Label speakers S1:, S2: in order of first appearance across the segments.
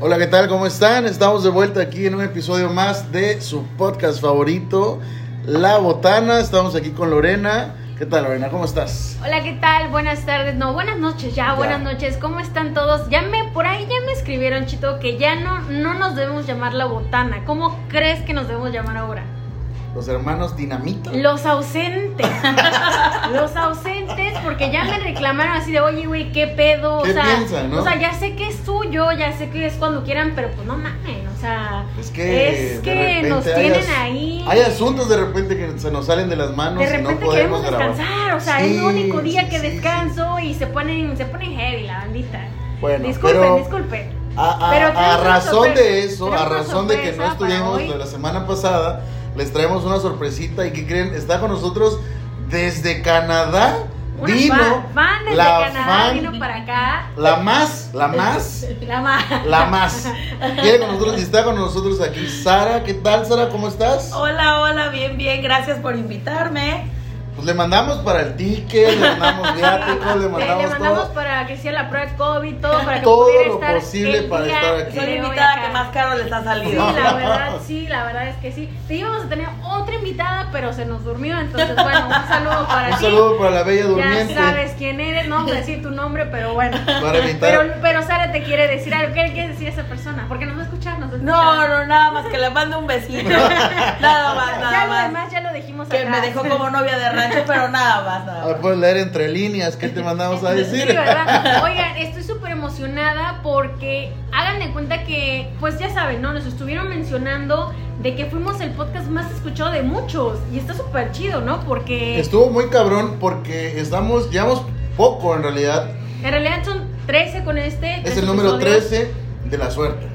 S1: Hola, ¿qué tal? ¿Cómo están? Estamos de vuelta aquí en un episodio más de su podcast favorito, La Botana. Estamos aquí con Lorena. ¿Qué tal, Lorena? ¿Cómo estás?
S2: Hola, ¿qué tal? Buenas tardes, no, buenas noches ya, buenas noches, ¿cómo están todos? Ya me, por ahí ya me escribieron, Chito, que ya no, no nos debemos llamar la botana. ¿Cómo crees que nos debemos llamar ahora?
S1: Los hermanos Dinamita.
S2: Los ausentes. Los ausentes, porque ya me reclamaron así de, oye, güey, ¿qué pedo?
S1: ¿Qué
S2: o sea,
S1: piensan, no?
S2: o sea, ya sé que es suyo, ya sé que es cuando quieran, pero pues no mames, o sea,
S1: Es que,
S2: es
S1: de repente
S2: que nos
S1: hay
S2: tienen
S1: as-
S2: ahí.
S1: Hay asuntos de repente que se nos salen de las manos
S2: De
S1: y no
S2: repente
S1: podemos
S2: queremos
S1: grabar.
S2: descansar, o sea, es el
S1: Sí,
S2: único día
S1: sí,
S2: que
S1: sí,
S2: descanso y se ponen, se ponen heavy la bandita.
S1: Bueno,
S2: disculpen,
S1: pero-
S2: disculpen.
S1: A, a-
S2: Pero
S1: a
S2: tenemos una
S1: razón
S2: sorpresa.
S1: de eso, a
S2: Tenemos una
S1: razón de que no
S2: sorpresa para
S1: estuvimos
S2: hoy.
S1: de la semana pasada, les traemos una sorpresita y que creen, está con nosotros desde Canadá,
S2: Una
S1: Dino,
S2: fan, fan desde
S1: la
S2: Canadá
S1: fan,
S2: vino para acá.
S1: la más, la más,
S2: La más.
S1: la más. Viene con nosotros y está con nosotros aquí Sara, ¿qué tal Sara? ¿Cómo estás?
S3: Hola, hola, bien, bien, gracias por invitarme.
S1: Pues le mandamos para el ticket, le mandamos viáticos, le
S2: Le,
S1: mandamos,
S2: le mandamos
S1: todo.
S2: para que hiciera la prueba de COVID, todo para que
S1: Todo
S2: pudiera
S1: lo
S2: estar
S1: posible
S2: el
S1: para
S2: día
S1: estar aquí.
S2: de
S3: Soy la
S2: hoy
S3: invitada
S2: acá.
S3: que más caro les ha
S2: Sí,
S3: salido.
S2: la verdad, sí, la verdad es que sí. Te íbamos a tener otra invitada, pero se nos durmió, entonces bueno, un saludo para
S1: Un
S2: ti.
S1: saludo para la bella
S2: Ya
S1: durmiente,
S2: sabes quién eres, no vamos a decir tu nombre, pero bueno.
S1: para
S2: Pero,
S1: evitar.
S2: pero Sara te quiere decir algo. ¿Qué quiere decir esa persona? Porque nos va a escuchar, nos va a
S3: No,
S2: escuchar.
S3: no, nada más que le mando un besito. Nada más,
S2: Ya lo
S3: nada más.
S2: demás ya lo dijimos
S3: Que me
S2: atrás.
S3: dejó como novia de rancho, pero nada más, nada
S1: Ah,
S3: más.
S1: puedes leer entre líneas, ¿qué te mandamos a
S2: Sí,
S1: decir?
S2: ¿verdad? Oigan, estoy súper emocionada porque hagan de cuenta que, pues ya saben, ¿no? Nos estuvieron mencionando de que fuimos el podcast más escuchado de muchos. Y está súper chido, ¿no? Porque
S1: Estuvo muy cabrón porque estamos, llevamos poco en realidad.
S2: en realidad son 13 con este.
S1: Es
S2: tres
S1: el número
S2: episodios
S1: 13 de la suerte.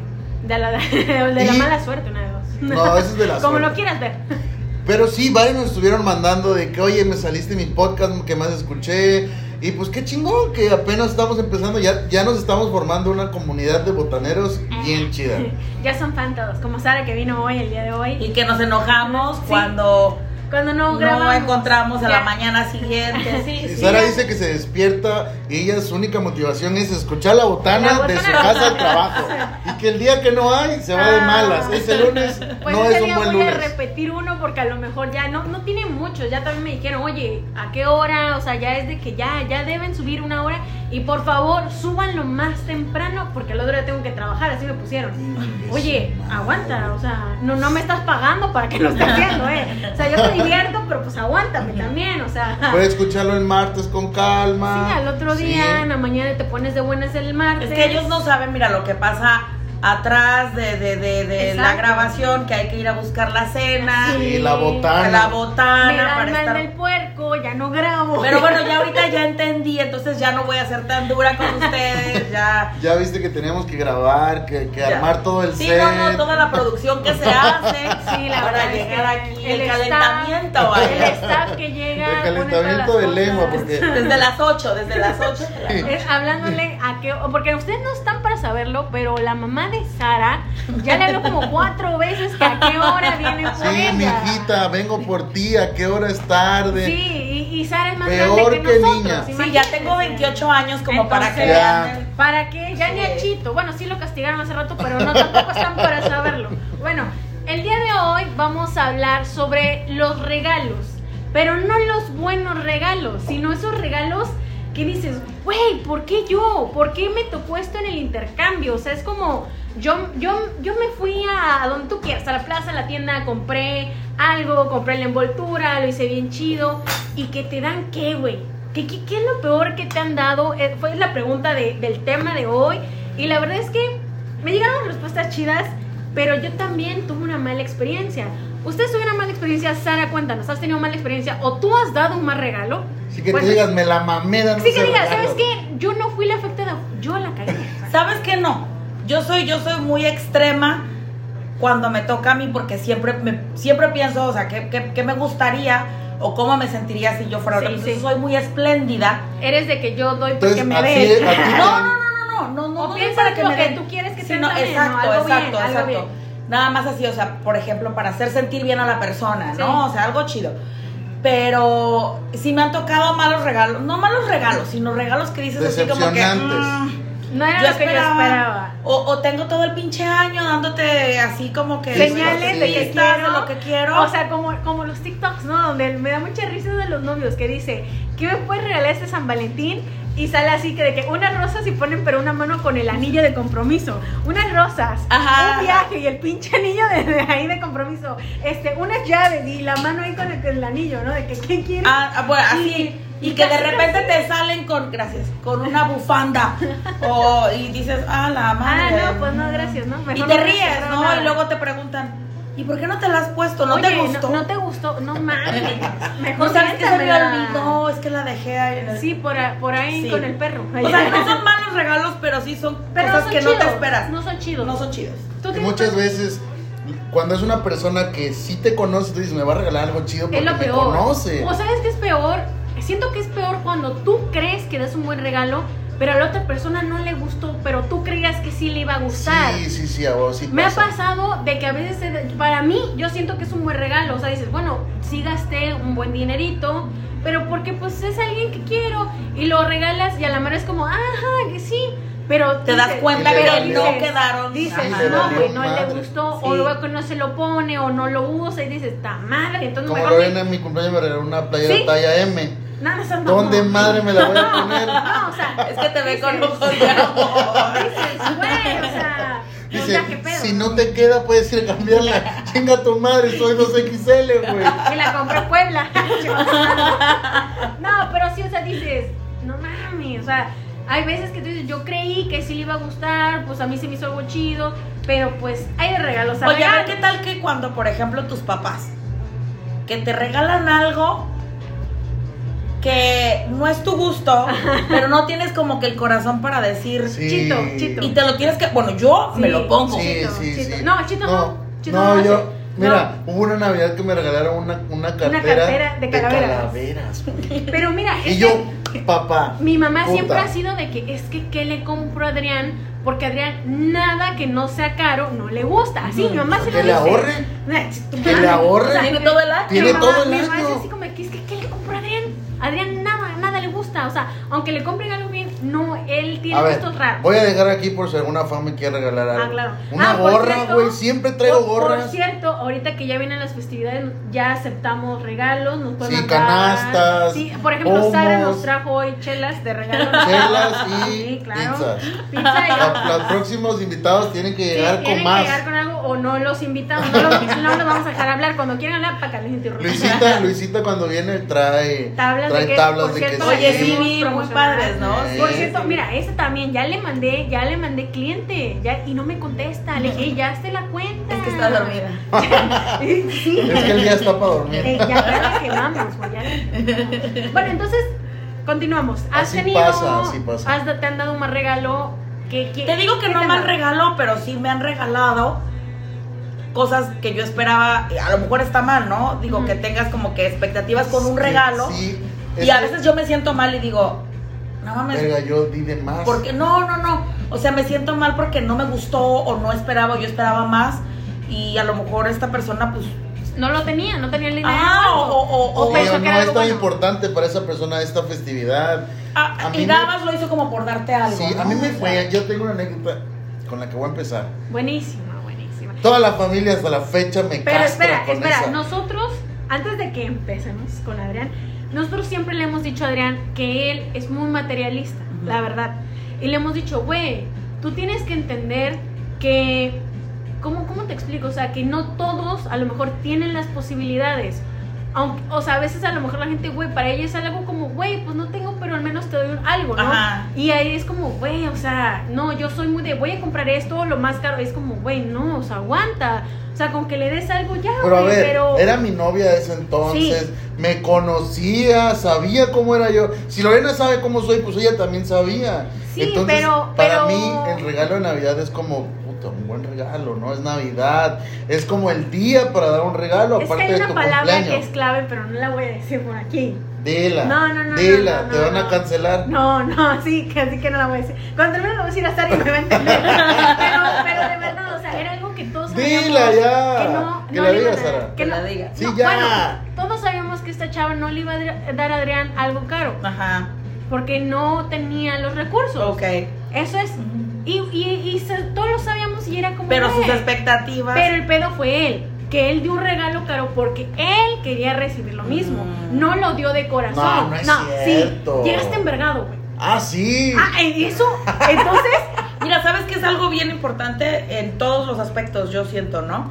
S2: De la, de la
S1: Y-
S2: mala suerte, una de dos.
S1: No, ese es de la
S2: Como lo
S1: suerte.
S2: quieras ver.
S1: Pero sí, varios nos estuvieron mandando de que, oye, me saliste mi podcast que más escuché. Y pues qué chingón que apenas estamos empezando, ya, ya nos estamos formando una comunidad de botaneros
S2: Ah.
S1: bien chida.
S2: Ya son fan todos, como Sara que vino hoy, el día de hoy.
S3: Y que nos enojamos
S2: Sí.
S3: cuando
S2: Cuando no,
S3: no,
S2: grabamos.
S3: encontramos a la
S2: Ya.
S3: mañana siguiente. Sí,
S1: Y
S3: sí.
S1: Sara dice que se despierta y ella su única motivación es escuchar la botana,
S2: La
S1: de su
S2: botana.
S1: casa al trabajo. Y que el día que no hay se va de
S2: Ah.
S1: malas. Ese lunes
S2: Pues
S1: no
S2: ese
S1: es un
S2: día
S1: buen
S2: voy
S1: lunes.
S2: a repetir uno porque a lo mejor ya no, no tiene muchos. Ya también me dijeron, oye, ¿a qué hora? O sea, ya es de que ya, ya deben subir una hora. Y por favor, súbanlo más temprano porque al otro día tengo que trabajar, así me pusieron.
S1: Mm,
S2: Oye, aguanta, o sea, no, no me estás pagando para que lo esté haciendo, ¿eh? O sea, yo te divierto, pero pues aguántame también, o sea.
S3: Pues,
S1: Puedes escucharlo el martes con calma.
S2: Sí, al otro día,
S1: Sí.
S2: en la mañana te pones de buenas el
S3: Es
S2: martes.
S3: que ellos no saben, mira, lo que pasa atrás de, de, de, de la
S2: Exacto.
S3: grabación, que hay que ir a buscar la cena,
S2: Sí.
S1: Sí, la botana.
S3: la
S2: Me
S3: botana,
S2: da el
S3: para
S2: mal
S3: estar
S2: del puerco, ya no grabo.
S3: Pero bueno, ya ahorita ya entendí, entonces ya no voy a ser tan dura con ustedes, ya.
S1: Ya viste que teníamos que grabar, que, que
S3: Ya.
S1: armar todo el
S3: Sí,
S1: set.
S3: no, no, toda la producción que se hace
S2: Sí, la
S3: para
S2: verdad es
S3: llegar
S2: que
S3: aquí,
S2: el
S3: el,
S2: staff-
S3: calentamiento,
S2: el
S3: vaya.
S2: staff que llega.
S1: El
S2: pone todas
S1: calentamiento
S2: las
S1: de lengua,
S2: cosas.
S1: porque-
S3: Desde las 8, desde las 8.
S2: Es hablándole a que. Porque ustedes no están para saberlo, pero la mamá de Sara ya le habló como cuatro veces que a qué hora viene por
S1: Sí,
S2: ella.
S1: mijita, vengo por ti, ¿a qué hora es tarde?
S2: Sí, y, y Sara es más
S1: Peor
S2: grande que,
S1: que
S2: nosotros.
S1: niña.
S3: Sí, ya tengo 28 años como para que
S2: Entonces,
S3: vean. el-
S2: ¿Para qué? Ya ni a
S3: Sí.
S2: Chito. Bueno, sí lo castigaron hace rato, pero no tampoco están para saberlo. Bueno, el día de hoy vamos a hablar sobre los regalos, pero no los buenos regalos, sino esos regalos que dices, güey, ¿por qué yo? ¿Por qué me tocó esto en el intercambio? O sea, es como, yo, yo, yo me fui a, a donde tú quieras, a la plaza, a la tienda, compré algo, compré la envoltura, lo hice bien chido, y que te dan qué, güey. ¿Qué, qué, qué es lo peor que te han dado? Eh, Fue la pregunta de- del tema de hoy. Y la verdad es que me llegaron respuestas chidas, pero yo también tuve una mala experiencia. ¿Ustedes tuvieron mala experiencia? Sara, cuéntanos, ¿has tenido mala experiencia? ¿O tú has dado un mal regalo?
S1: Así que
S2: Bueno,
S1: te digas, me la mamé dando
S2: Pues Sí que
S1: ese
S2: digas,
S1: regalo.
S2: ¿sabes qué? Yo no fui la afectada, yo la cagué.
S3: ¿Sabes qué no? Yo soy, yo soy muy extrema cuando me toca a mí porque siempre, me, siempre pienso, o sea, ¿qué, qué, qué me gustaría o cómo me sentiría si yo fuera otra
S2: Sí,
S3: persona?
S2: sí.
S3: Soy muy espléndida.
S2: Eres de que yo doy porque
S1: Entonces,
S2: me
S1: así
S2: ves.
S1: es, a ti te
S3: No,
S1: dan-
S3: no, no, no, no, no,
S2: O
S3: no
S2: piensas lo que tú quieres que te
S3: Sino-
S2: enseñen, ¿no?
S3: Exacto,
S2: Algo bien,
S3: exacto,
S2: algo
S3: exacto.
S2: bien.
S3: Nada más así, o sea, por ejemplo, para hacer sentir bien a la persona, ¿no?
S2: Sí.
S3: O sea, algo chido. Pero si me han tocado malos regalos, no malos regalos, sino regalos que dices así como que.
S1: Decepcionantes.
S3: mm,
S2: No era lo que yo esperaba.
S3: O, o tengo todo el pinche año dándote así como que
S2: Señales de que
S3: pistas
S2: quiero.
S3: de lo que quiero.
S2: O sea, como, como los TikToks, ¿no? Donde me da mucha risa de los novios que dice, ¿qué me puedes regalar este San Valentín? Y sale así que de que unas rosas y ponen pero una mano con el anillo de compromiso. Unas rosas,
S3: Ajá.
S2: un viaje y el pinche anillo de, de ahí de compromiso. Este, unas llaves y la mano ahí con el, con el anillo, ¿no? De que ¿qué quieres?
S3: Ah, ah, bueno, así.
S2: Y-
S3: Y,
S2: y
S3: que de
S2: casi,
S3: repente te salen con, gracias, con una bufanda. o, y dices, ah, la
S2: Ah,
S3: madre.
S2: no, pues no, gracias, ¿no? Mejor
S3: Y
S2: no
S3: te
S2: me
S3: ríes,
S2: regalaron
S3: ¿no?
S2: nada.
S3: Y luego te preguntan, ¿y por qué no te la has puesto? ¿No
S2: Oye,
S3: te gustó?
S2: No, no te gustó, no mames. Mejor
S3: No sabes que se me
S2: viéntamela.
S3: olvidó, es que la dejé ahí en el...
S2: Sí, por, a- por ahí
S3: Sí.
S2: con el perro.
S3: O sea, no son malos regalos, pero sí son
S2: Pero
S3: cosas
S2: no son
S3: que no
S2: chidos,
S3: te esperas.
S2: No son chidos.
S3: No son chidos.
S2: ¿Tú
S1: Que
S2: tienes
S1: muchas
S2: perro?
S1: veces, cuando es una persona que sí te conoce, tú dices, me va a regalar algo chido porque
S2: Es lo
S1: me
S2: peor.
S1: conoce.
S2: O sabes que es peor. Siento que es peor cuando tú crees que das un buen regalo, pero a la otra persona no le gustó, pero tú creías que sí le iba a gustar.
S1: sí, sí, sí, a vos sí
S2: Me ha
S1: pasa.
S2: pasado de que a veces, se- para mí, yo siento que es un buen regalo. O sea, dices, bueno, sí gasté un buen dinerito, pero porque pues es alguien que quiero y lo regalas y a la mano es como, ajá, que sí. Pero
S3: Te das
S2: dices-
S3: cuenta
S1: que
S2: pero
S1: no
S3: quedaron.
S2: Dices,
S3: Ajá.
S2: no,
S1: Le
S2: güey,
S1: valió
S2: no
S1: madre.
S2: le gustó, o
S3: Sí.
S2: luego no se lo pone o no lo usa y dices, está madre. Entonces,
S1: Como
S2: mejor me-
S1: Lorena en mi cumpleaños me regaló una playera
S2: ¿Sí?
S1: talla M.
S2: No, no seas mamón.
S1: ¿Dónde madre me la voy a poner?
S2: No, o sea,
S3: Es que te ve con
S2: dices-
S3: ojos de amor.
S2: Dices, güey, o sea, o
S1: Dice,
S2: sea, qué pedo.
S1: si no te queda, puedes ir a cambiarla. Chinga tu madre, soy 2XL, güey.
S2: Y la compré en Puebla. no, pero sí, o sea, dices, no mames, o sea, hay veces que tú dices, yo creí que sí le iba a gustar, pues a mí se me hizo algo chido, pero pues hay de regalos a
S3: Oye, a ver,
S2: regalos.
S3: ¿qué tal que cuando, por ejemplo, tus papás que te regalan algo que no es tu gusto, pero no tienes como que el corazón para decir
S1: Sí.
S2: Chito, chito.
S3: y te lo tienes que, bueno, yo
S2: Sí.
S3: me lo pongo.
S1: Sí,
S2: Chito,
S1: sí,
S2: chito.
S1: sí.
S2: No, chito no, chito
S1: no,
S2: no,
S1: yo.
S2: sí.
S1: Mira, hubo una Navidad que me regalaron una, una cartera,
S2: cartera de calaveras.
S1: calaveras, güey.
S2: Pero mira,
S1: Y
S2: es
S1: yo,
S2: que
S1: papá.
S2: mi mamá
S1: puta,
S2: siempre ha sido de que es que qué le compro a Adrián, porque a Adrián nada que no sea caro no le gusta. Así mi mamá se lo
S1: Que le
S2: dice.
S1: ahorre.
S2: Nah, ch- tu
S1: Que
S2: madre.
S1: le ahorre.
S2: O sea,
S3: Tiene todo el año.
S1: Tiene
S2: Mi
S1: todo el
S2: mi mamá es
S1: año.
S2: así como, que es que ¿qué le compro a Adrián? A Adrián nada, nada le gusta. O sea, aunque le compren algo bien, no, él tiene
S1: A ver,
S2: gustos raros.
S1: voy a dejar aquí por si alguna fan me quiere regalar algo.
S2: Ah, claro.
S1: Una
S2: Ah, por
S1: gorra,
S2: cierto,
S1: güey. Siempre traigo
S2: Por-
S1: gorras.
S2: Por cierto, ahorita que ya vienen las festividades, ya aceptamos regalos, nos pueden
S1: Sí,
S2: mandar-
S1: canastas,
S2: Sí, por ejemplo, Sara
S1: pomos.
S2: nos trajo hoy chelas de regalo.
S1: Chelas y
S2: Sí, claro.
S1: pizzas.
S2: Pizza y-
S1: La- los próximos invitados tienen que
S2: Sí,
S1: llegar
S2: tienen
S1: con
S2: que
S1: más.
S2: llegar con algo o no los invitamos, no los, no los vamos a dejar hablar. Cuando quieran hablar, para que les interrumpa.
S1: Luisita, Luisita cuando viene trae
S2: Tablas
S1: trae
S2: de que,
S1: tablas
S2: por
S1: de
S2: cierto,
S1: que
S3: Oye, sí,
S2: queremos
S3: vi, muy
S2: promocionar.
S3: padres, ¿no?
S1: Sí.
S2: Por cierto, mira, esa también, ya le mandé, ya le mandé cliente, ya, y no me contesta, le dije, "Ey, ya hazte la cuenta.
S3: Es que está dormida.
S2: sí.
S1: Es que el día está para
S2: Eh,
S1: dormir.
S2: ya, ya la quemamos, güey, ya la- Bueno, entonces, continuamos. ¿Has
S1: Así
S2: tenido,
S1: pasa, así pasa.
S2: has- ¿Te han dado un más regalo? que que-
S3: Te digo que
S2: qué
S3: no
S2: te
S3: me han
S2: dado?
S3: regalado, pero sí me han regalado cosas que yo esperaba, a lo mejor está mal, ¿no? Digo,
S2: Ujú.
S3: que tengas como que expectativas con un regalo.
S1: Sí,
S3: Y a veces yo me siento mal y digo, no mames,
S1: Verga, yo di de más.
S3: porque no, no, no. O sea, me siento mal porque no me gustó o no esperaba, yo esperaba más y a lo mejor esta persona pues...
S2: No lo tenía, no tenía la idea.
S3: Ah,
S2: de
S3: o,
S2: algo.
S3: o, o-
S2: O
S1: Digo,
S2: pensó
S1: no
S2: que era
S1: es
S2: algo
S1: tan
S2: bueno.
S1: importante para esa persona esta festividad.
S3: ah,
S1: a mí
S3: y
S1: me-
S3: nada más lo hizo como por darte algo.
S1: Sí,
S3: ¿no?
S1: a mí me
S3: O sea,
S1: fue. Yo tengo una anécdota con la que voy a empezar.
S2: Buenísima, buenísima.
S1: Toda la familia hasta la fecha me
S2: Pero
S1: castra
S2: espera,
S1: con
S2: espera,
S1: esa.
S2: nosotros, antes de que empecemos con Adrián, nosotros siempre le hemos dicho a Adrián que él es muy materialista,
S3: Ujú.
S2: la verdad. Y le hemos dicho, güey, tú tienes que entender que, ¿cómo, ¿cómo te explico? O sea, que no todos a lo mejor tienen las posibilidades. Aunque, o sea, a veces a lo mejor la gente, güey, para ella es algo como, güey, pues no tengo, pero al menos te doy un- algo, ¿no?
S3: Ajá.
S2: Y ahí es como, güey, o sea, no, yo soy muy de, voy a comprar esto, lo más caro. Es como, güey, no, o sea, aguanta. O sea, con que le des algo ya,
S1: Pero a
S2: güey,
S1: ver,
S2: pero-
S1: era mi novia de ese entonces,
S2: Sí.
S1: me conocía, sabía cómo era yo. Si Lorena sabe cómo soy, pues ella también sabía.
S2: Sí,
S1: entonces,
S2: pero-
S1: para
S2: pero-
S1: mí el regalo de Navidad es como, puta, un buen regalo, ¿no? Es Navidad, es como el día para dar un regalo,
S2: Es que
S1: aparte
S2: hay
S1: de
S2: una
S1: tu
S2: palabra que
S1: cumpleaños.
S2: es clave, pero no la voy a decir por aquí.
S1: Dela,
S2: No, no, no,
S1: dela,
S2: no, no,
S1: te van a
S2: no.
S1: cancelar.
S2: No, no, sí, que así que no la voy a decir. Cuando termine la voy a decir a Sara y me va a entender. Pero, pero de verdad, o sea, era algo que todos sabíamos.
S1: Dila ya.
S2: Que no,
S1: Que
S2: no
S1: la
S2: le iba a
S1: diga,
S2: dar,
S1: Sara.
S3: Que la diga.
S1: Sí,
S2: no,
S1: ya.
S2: bueno, todos sabíamos que esta chava no le iba a dar a Adrián algo caro,
S3: Ajá,
S2: porque no tenía los recursos.
S3: ok.
S2: Eso es. Y, y- y se- todos lo sabíamos y era como.
S3: Pero sus
S2: "Güey".
S3: expectativas.
S2: Pero el pedo fue él. Que él dio un regalo caro porque él quería recibir lo mismo.
S3: Mm.
S2: No lo dio de corazón.
S1: No, no es cierto.
S2: sí. Llegaste envergado, güey.
S1: Ah, sí.
S2: Ah, ¿y eso. Entonces.
S3: Mira, sabes que es algo bien importante en todos los aspectos, yo siento, ¿no?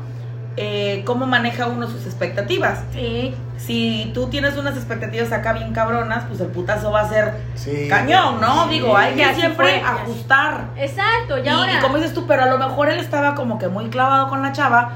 S3: Eh, cómo maneja uno sus expectativas.
S2: sí.
S3: Si tú tienes unas expectativas acá bien cabronas, pues el putazo va a ser
S1: sí.
S3: cañón, ¿no?
S1: Sí.
S3: Digo, hay
S2: Y
S3: que
S2: así
S3: siempre
S2: fue.
S3: ajustar.
S2: Exacto.
S3: Y,
S2: Y ahora.
S3: y como dices tú, pero a lo mejor él estaba como que muy clavado con la chava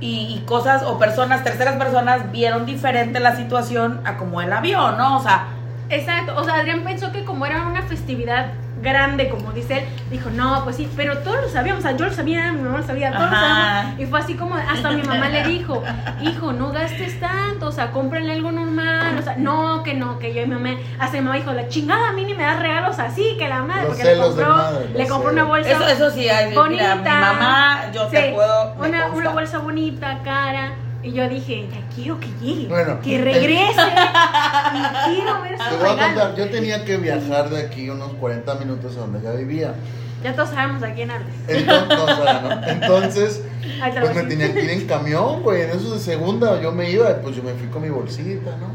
S3: y, y cosas o personas, terceras personas, vieron diferente la situación a como él la vio, ¿no? O sea,
S2: Exacto, o sea, Adrián pensó que como era una festividad grande, como dice él, dijo, no, pues sí, pero todos lo sabíamos, o sea, yo lo sabía, mi mamá lo sabía, todos lo
S3: Ajá.
S2: sabíamos. Y fue así como, hasta mi mamá le dijo, hijo, no gastes tanto, o sea, cómprale algo normal, o sea, no, que no, que yo y mi mamá, hasta mi mamá dijo, la chingada a mí ni me da regalos así, que la madre,
S1: Los
S2: porque
S1: celos de
S2: le compró,
S1: madre, los
S2: le compró una
S1: celos.
S2: bolsa.
S3: eso, eso sí, ay, mira, mi
S2: bonita.
S3: mamá, yo te
S2: Sí,
S3: puedo. me
S2: una, una
S3: consta.
S2: bolsa bonita, cara. Y yo dije, ya quiero que llegue,
S1: Bueno,
S2: que
S1: el-
S2: regrese. y quiero ver
S1: Te
S2: su
S1: voy a
S2: regalo.
S1: contar, yo tenía que viajar de aquí unos 40 minutos a donde ya vivía.
S2: Ya todos sabemos a quién hablas.
S1: Entonces, no, o sea, ¿no? Entonces,
S2: Al
S1: pues me
S2: trabajo.
S1: tenía que ir en camión, güey. En eso de segunda yo me iba, pues yo me fui con mi bolsita, ¿no?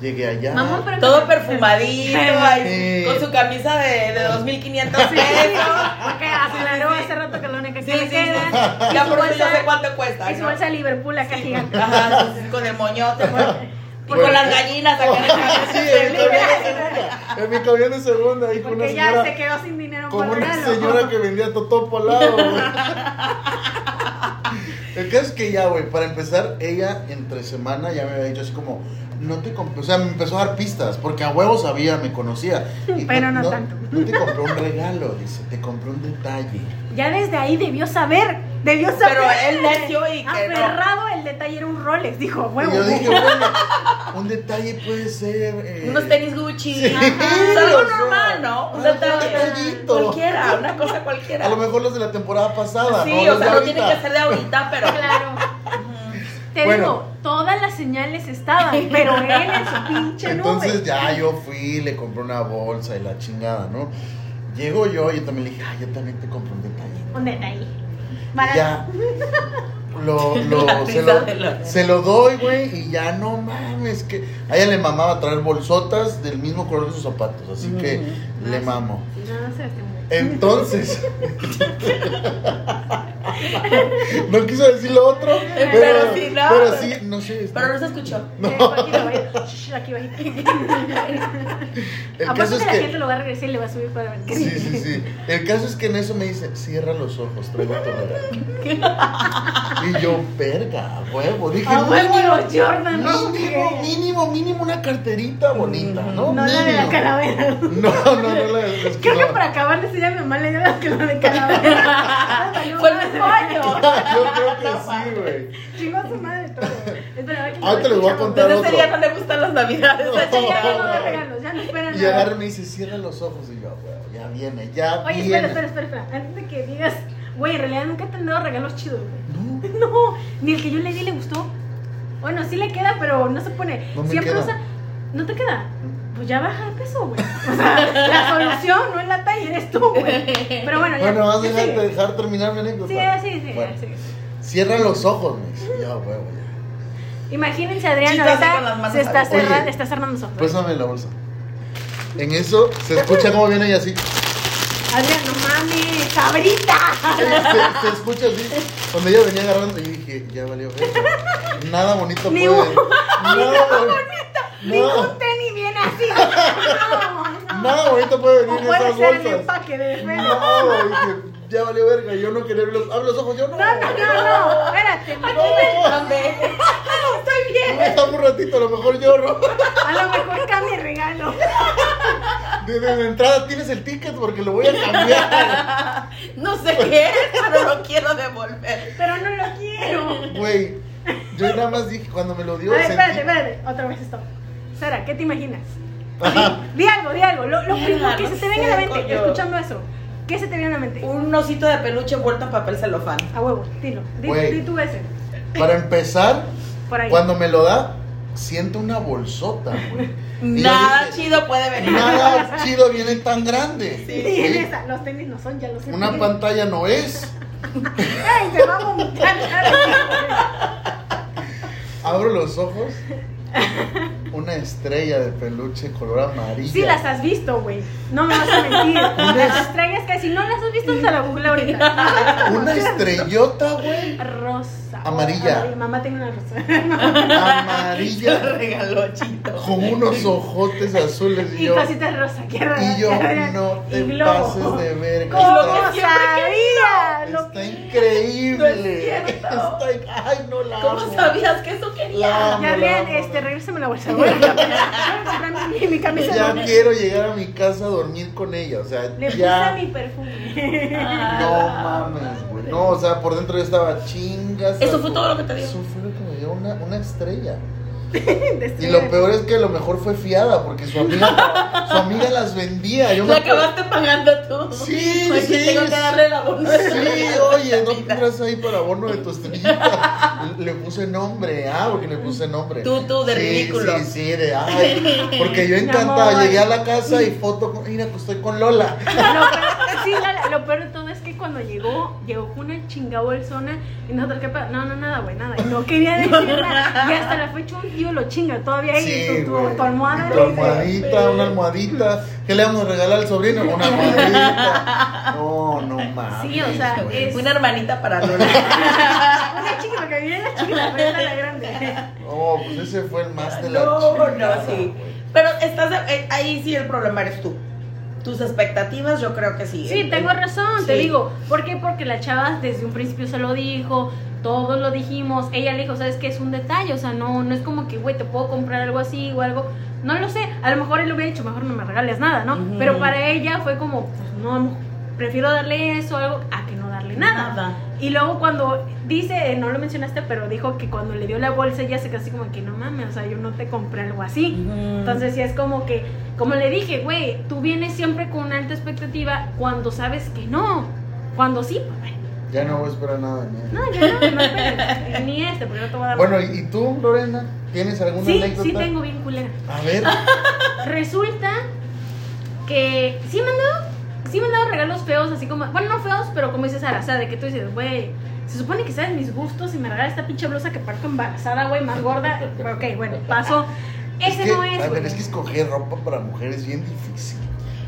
S1: Llegué allá.
S2: Mamón, pero-
S3: Todo perfumadito,
S1: Sí.
S3: ay, con su camisa de, de 2.500
S2: Sí,
S3: pesos.
S2: porque aclaró hace rato que la única que
S3: Sí,
S2: le
S3: sí,
S2: queda
S3: sí. Ya
S2: su
S3: por eso
S2: bolsa-
S3: sé cuánto cuesta.
S2: es su
S3: ¿no?
S2: bolsa de Liverpool acá gigante.
S3: Ajá, sí, sí, con el moñote. ¿no? Y
S1: Bueno.
S3: con las gallinas acá en el
S1: Sí,
S3: cabello.
S1: en mi camión de segunda. En mi camión de segunda, ahí con una
S2: Porque ya se
S1: señora.
S2: quedó sin dinero por
S1: Como una
S2: regalo.
S1: señora que vendía totopo al lado, güey. El caso es que ya, güey, para empezar, ella entre semana ya me había dicho así como, no te compré, o sea, me empezó a dar pistas, porque a huevo sabía, me conocía.
S2: Pero no tanto.
S1: No te compré un regalo, dice, te compré un detalle.
S2: Ya desde ahí debió saber. Debió saber.
S3: Pero él necio
S2: Ah,
S3: y que no.
S2: Aferrado el detalle era un Rolex. Dijo, huevo.
S1: Y yo dije, bueno, un detalle puede ser... eh,
S3: Unos tenis Gucci.
S1: Sí,
S3: Ajá. Algo
S1: o sea,
S3: normal, ¿no? Un
S1: algo
S3: detalle.
S1: detallito.
S3: Cualquiera, una cosa cualquiera.
S1: A lo mejor los de la temporada pasada,
S3: Sí,
S1: ¿no?
S3: o
S1: Los de
S3: sea, no
S1: ahorita.
S3: tiene que ser de ahorita, pero.
S2: Claro. Te
S1: Bueno.
S2: digo, todas las señales estaban, pero él en su pinche nube.
S1: Entonces ya yo fui, le compré una bolsa y la chingada, ¿no? Llego yo y yo también le dije, ah, yo también te compré un detallito.
S2: Un detalle.
S1: Y Ya. Lo, lo-
S3: La
S1: se,
S3: risa
S1: lo,
S3: de la-
S1: se lo doy, güey, y ya no mames, que a ella le mamaba traer bolsotas del mismo color de sus zapatos, así que
S2: Ujú.
S1: le mamo. Eh,
S2: No, no se esté muy-
S1: Entonces, no quiso decir lo otro, pero,
S3: Pero sí, no.
S1: pero sí, no sé.
S3: Pero no se escuchó.
S2: Eh, aquí lo voy a- shh, aquí voy a-
S1: el
S2: Aparte
S1: caso es
S2: que la
S1: que
S2: gente lo va a regresar y le va a subir para ver. qué
S1: Sí,
S2: dice.
S1: sí, sí. El caso es que en eso me dice, cierra los ojos, traigo tu regalo. Y yo, verga, a huevo. Dije,
S2: A huevo,
S1: mínimo,
S2: los Jordan, ¿no?
S1: mínimo, mínimo, mínimo una carterita bonita, ¿no?
S2: No la de la
S1: Mínimo.
S2: calavera.
S1: No, no, no la de es que
S2: Creo que
S1: no.
S2: para acabar de decir a mi mamá le dio la que la de calavera.
S3: Fue el mismo año.
S1: Yo creo que sí, güey.
S2: Chingó a su madre todo. Espera, ver que
S1: Ahorita les voy a
S2: escuchamos.
S1: contar.
S3: Desde ese
S1: otro.
S3: día no le gustan las navidades.
S2: Entonces, Ya no da regalos, ya no esperan
S1: Y agarra y
S2: nada.
S1: me dice, cierra los ojos. Y yo, "A huevo, ya viene, ya
S2: Oye,
S1: viene.
S2: espera, espera, espera, espera. Antes de que digas, güey, en realidad nunca te han dado regalos chidos, güey.
S1: No.
S2: No, ni el que yo le di le gustó. Bueno, sí le queda, pero no se pone.
S1: No me
S2: Siempre
S1: queda. Mm.
S2: usa. ¿No te queda? Pues ya baja de peso, güey. O sea, la solución no es la talla, eres tú, güey. Pero bueno, ya.
S1: Bueno, vas a
S2: ya
S1: dejar,
S2: sigue.
S1: dejar terminar mi anécdota.
S2: Sí, ah, sí, sí,
S1: Bueno,
S2: sí.
S1: Cierra los ojos, me dice. Ya, huevo, ya.
S2: Imagínense, Adrián,
S3: Chicas, con las
S2: ahorita
S3: manos
S2: se está
S1: arriba.
S2: cerrando,
S1: Oye, pues
S2: está cerrando los ojos.
S1: Pásame la bolsa. En eso se escucha cómo viene y así.
S2: Adrián, no mames, cabrita.
S1: Se, se escucha así. Cuando ella venía agarrando, yo dije, ya valió. verga. Nada bonito
S2: Ni
S1: puede.
S2: un-
S1: Nada,
S2: Ni
S1: bonito.
S2: un tenis bien así. No,
S1: Nada,
S2: no.
S1: bonito puede
S2: O
S1: venir en
S2: puede
S1: esas
S2: ser el
S1: bolsas.
S2: empaque de
S1: No,
S2: No,
S1: dije, ya valió verga. Yo no quería abrir los, abre los ojos, yo no.
S2: no, no, no. Espérate.
S3: ¿Dónde?
S2: Estoy bien.
S1: Dame un ratito, a lo mejor lloro.
S2: A lo mejor cambie regalo.
S1: Desde la entrada tienes el ticket porque lo voy a cambiar.
S3: No sé qué es, pero lo quiero devolver.
S2: Pero no lo quiero.
S1: Güey, yo nada más dije, cuando me lo
S2: A
S1: dio,
S2: ver,
S1: sentí-
S2: espérate, espérate. Otra vez esto. Sara, ¿qué te imaginas? Di algo, di algo. Lo, lo primero
S3: Mierda,
S2: que
S3: no
S2: se te
S3: sé,
S2: venga a la mente,
S3: coño.
S2: escuchando eso. ¿Qué se te viene a la mente?
S3: Un osito de peluche envuelto en papel celofán.
S2: A huevo, dilo. Di,
S1: Güey.
S2: di tú ese.
S1: Para empezar,
S2: Por ahí.
S1: Cuando me lo da, siento una bolsota, güey. Y yo
S3: Nada
S1: dije,
S3: chido puede venir.
S1: Nada chido viene tan grande.
S3: Sí.
S2: Sí, en esa. Los tenis no son, ya los sé.
S1: Una pantalla no es.
S2: ¡Ay, te va a vomitar!
S1: Abro los ojos. Una estrella de peluche color amarilla.
S2: Sí, las has visto, güey. No me vas a mentir. Las estrellas que si no las has visto, te la google ahorita.
S1: Una estrellota, güey.
S2: Rosa.
S1: Amarilla.
S2: Mamá tiene una rosa.
S3: Yo lo
S1: Amarilla.
S3: regaló Chito.
S1: Con unos ojotes azules. Y
S2: Y
S1: yo,
S2: cositas rosa. Qué raro.
S1: y yo no
S2: Y
S1: te
S2: globo.
S1: pases de verga.
S2: ¿Cómo
S1: Está-
S3: siempre
S2: sabía?
S1: Está,
S2: Lo que-
S1: increíble.
S3: No es cierto.
S1: Está in- Ay, no la
S3: ¿Cómo
S1: amo.
S3: sabías que eso
S1: La
S3: quería?
S1: amo,
S2: Ya bien,
S1: la amo.
S2: este, regrésame la bolsa. güey. Ya, pues, ya, mi- Mi camisa
S1: Ya
S2: no-
S1: quiero llegar a mi casa a dormir con ella. O sea,
S2: Le puse
S1: ya.
S2: mi perfume.
S1: No mames, güey. No, o sea, por dentro yo estaba chingas.
S3: Eso fue todo lo que te dio.
S1: Eso fue lo que me dio una, una estrella. Y
S2: Destruye.
S1: lo peor es que a lo mejor fue fiada, porque su amiga, su amiga las vendía. Yo
S3: Lo
S1: me acuerdo-
S3: acabaste pagando tú.
S1: Sí,
S3: Oye,
S1: sí,
S3: Tengo que darle la bonita.
S1: Sí, oye, no tendrás ahí para bono de tu estrellita. Le puse nombre, ah, porque le puse nombre.
S3: Tú, tú, de
S1: Sí,
S3: ridículo.
S1: Sí, sí, de ay. Porque yo
S2: Mi
S1: encantada
S2: amor.
S1: llegué a la casa y foto, con- mira que estoy con Lola.
S2: Lo peor, sí, Lala, lo peor de todo es que cuando llegó, llegó con una chinga bolsona y nosotros, ¿qué pedo? No, no, nada, güey, nada. Y no quería decir nada. Y hasta la fecha un tío lo chinga todavía ahí.
S1: Sí,
S2: y tu,
S1: güey.
S2: tu, tu almohada.
S1: Tu
S2: le dice,
S1: almohadita, una almohadita. ¿Qué le vamos a regalar al sobrino? Una almohadita. No, no mames.
S2: Sí, o sea,
S1: güey.
S2: es-
S3: Una hermanita para Lola.
S2: Una chica, porque viene la chica, la frente la grande.
S1: No, pues ese fue el más de la
S3: No,
S1: chingada,
S3: no, sí.
S1: güey.
S3: Pero estás eh, ahí sí el problema eres tú. Tus expectativas, yo creo que sí. eh,
S2: Sí,
S3: El-
S2: tengo razón, te
S3: Sí.
S2: digo. ¿Por qué? Porque la chava desde un principio se lo dijo, todos lo dijimos. Ella le dijo, ¿sabes qué? Es un detalle, o sea, no, no es como que, güey, te puedo comprar algo así o algo. No lo sé, a lo mejor él le hubiera dicho, mejor no me regales nada, ¿no?
S3: Ujú.
S2: Pero para ella fue como, pues no, prefiero darle eso o algo a que no darle nada.
S3: Nada.
S2: Y luego cuando dice, eh, no lo mencionaste, pero dijo que cuando le dio la bolsa ella se quedó así como que no mames, o sea, yo no te compré algo así. Entonces sí es como que, como le dije, güey, tú vienes siempre con una alta expectativa cuando sabes que no. Cuando sí, pues bueno,
S1: Ya no voy a esperar nada de mí.
S2: no, ya no, no esperes. Ni este, porque no te voy a dar.
S1: Bueno, ¿y y tú, Lorena? ¿Tienes alguna
S2: sí,
S1: anécdota?
S2: sí tengo bien culera.
S1: A ver.
S2: Resulta que sí me han dado, sí me han dado regalos feos, así como, bueno, no feos, pero como dices Sara, o sea, de que tú dices, güey, se supone que sabes mis gustos y me regalas esta pinche blusa que parto embarazada, güey, más gorda. Pero, ok, bueno, paso. Ese
S1: es que,
S2: no es.
S1: A ver,
S2: güey.
S1: es que escoger ropa para mujeres es bien difícil.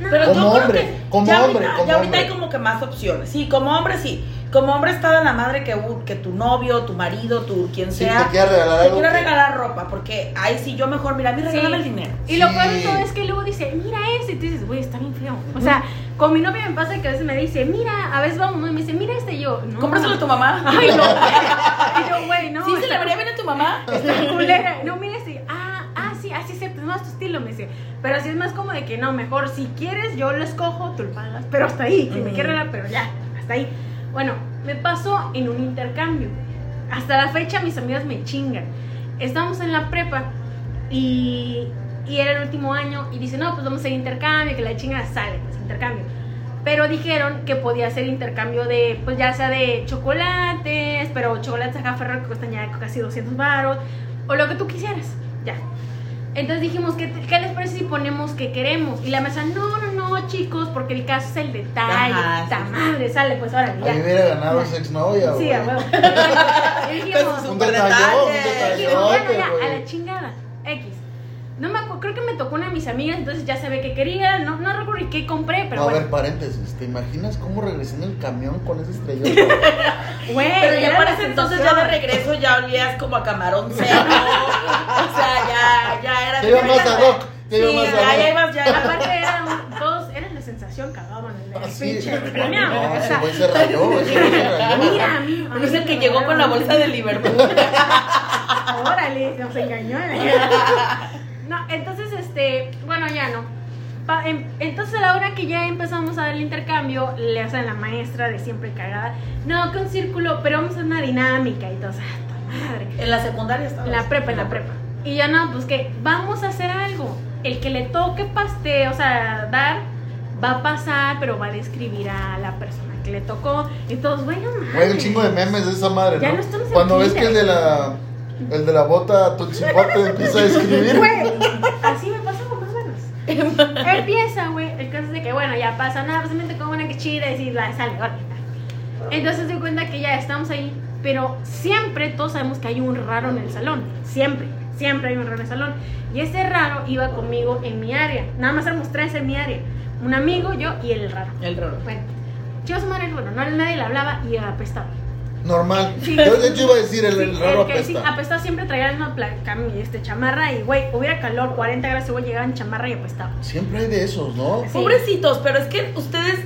S3: Pero
S1: Como
S3: yo creo
S1: hombre,
S3: que
S1: como
S3: ya
S1: hombre,
S3: ahorita,
S1: como
S3: ya ahorita
S1: hombre.
S3: hay como que más opciones. Sí, como hombre sí. Como hombre está de la madre que, uh, que tu novio, tu marido, tu quien
S1: Si
S3: sea,
S1: te quiere regalar
S3: te
S1: algo.
S3: quiere
S1: que-
S3: regalar ropa, porque ahí sí yo mejor, mira, a mí regálame el
S2: Sí.
S3: dinero.
S2: Y lo
S1: Sí.
S2: peor de todo es que luego dice, mira ese. Y tú dices, güey, está bien feo. O sea, con mi novia me pasa que a veces me dice, mira, a veces vamos, ¿no? y me dice, mira este. Y yo, no.
S3: Cómpraselo a tu mamá.
S2: Ay, no. y yo, güey, no.
S3: sí, se
S2: está
S3: le vería bien a tu mamá.
S2: culera. No, mira este. Ah, ah, sí, así es, es más tu estilo, me dice. Pero así es más como de que no, mejor si quieres, yo lo escojo, tú lo pagas. Pero hasta ahí, si me
S3: Ujú.
S2: quieres, pero ya, hasta ahí. Bueno, me pasó en un intercambio. Hasta la fecha mis amigas me chingan. Estábamos en la prepa y, y era el último año y dice, no, pues vamos a hacer intercambio, que la chinga sale, pues intercambio. Pero dijeron que podía hacer intercambio de, pues ya sea de chocolates, pero chocolates acá Ferrero que cuestan ya casi 200 baros, o lo que tú quisieras, ya. Entonces dijimos, ¿qué, te- qué les parece si ponemos que queremos? Y la mesa, no, no, no, chicos, porque el caso es el detalle.
S3: Ajá,
S2: Ta
S3: sí.
S2: madre, sale, pues ahora
S1: A
S2: ya. Ah.
S1: mí me hubiera ganado esa exnovia,
S2: Sí,
S1: güey.
S2: a huevo. Y
S3: Con
S2: dijimos,
S3: sus
S1: Un
S3: Super
S1: detallón, un
S3: detalle.
S2: Sí, bueno,
S1: detallote,
S2: ya, a
S1: güey.
S2: la chingada. X. No me acuerdo, creo que me tocó una de mis amigas, entonces ya sabía que quería, no, no recuerdo qué compré, pero
S1: No, a
S2: bueno.
S1: ver, paréntesis. ¿Te imaginas cómo regresé en el camión con ese estrellón?
S2: Güey,
S3: Pero ya
S2: era
S3: para
S2: la
S3: ese entonces ya
S2: sensación.
S3: de regreso ya olías como a camarón seco. o sea, ya, ya era.
S1: Te iba más ad hoc. Te
S3: Sí,
S1: iba más
S3: ya, ya
S1: ad hoc.
S3: ibas ya.
S2: Aparte era un- todos, era la sensación que hablaban en el
S1: Así.
S2: pinche camión,
S1: No,
S2: o
S1: ese
S2: sea,
S1: güey se rayó. Ese güey se rayó.
S2: Mira, mí.
S3: No es el que llegó con la bolsa de Liverpool.
S2: Órale, nos engañó. no, entonces, este, bueno, ya no. Pa- em- entonces, a la hora que ya empezamos a dar el intercambio, le hacen la maestra de siempre cagada. No, que un círculo, pero vamos a hacer una dinámica y todo. o sea, ¡ta madre.
S3: En la secundaria estaba.
S2: En la prepa, en la prepa. Y ya no, pues que vamos a hacer algo. El que le toque pastel, o sea, dar, va a pasar, pero va a describir a la persona que le tocó. Y todos, bueno,
S1: Güey, un
S2: madre.
S1: chingo de memes de esa madre,
S2: Ya
S1: ¿no?
S2: no estamos en
S1: Cuando ves que
S2: Tinder.
S1: el de la... El de la bota Tutsipote empieza a escribir.
S2: Güey, así me pasa con más menos. Empieza, güey. El caso es de que, bueno, ya pasa nada, pues me tocó una que chida y decir, la sale, órale. Entonces doy cuenta que ya estamos ahí, pero siempre todos sabemos que hay un raro en el salón. Siempre, siempre hay un raro en el salón. Y ese raro iba conmigo en mi área. Nada más éramos tres en mi área. Un amigo, yo y el raro.
S3: El raro.
S2: Bueno, yo su madre, bueno, no, nadie le hablaba y apestaba.
S1: Normal.
S2: Sí.
S1: Yo de hecho iba a decir el, el
S2: Sí,
S1: raro
S2: el que sí,
S1: apesta.
S2: apestaba siempre traía la misma pla- cami- este, chamarra y, güey, hubiera calor, 40 grados, igual llegaba en chamarra y apestaba.
S1: Siempre hay de esos, ¿no?
S2: Sí.
S3: Pobrecitos, pero es que ustedes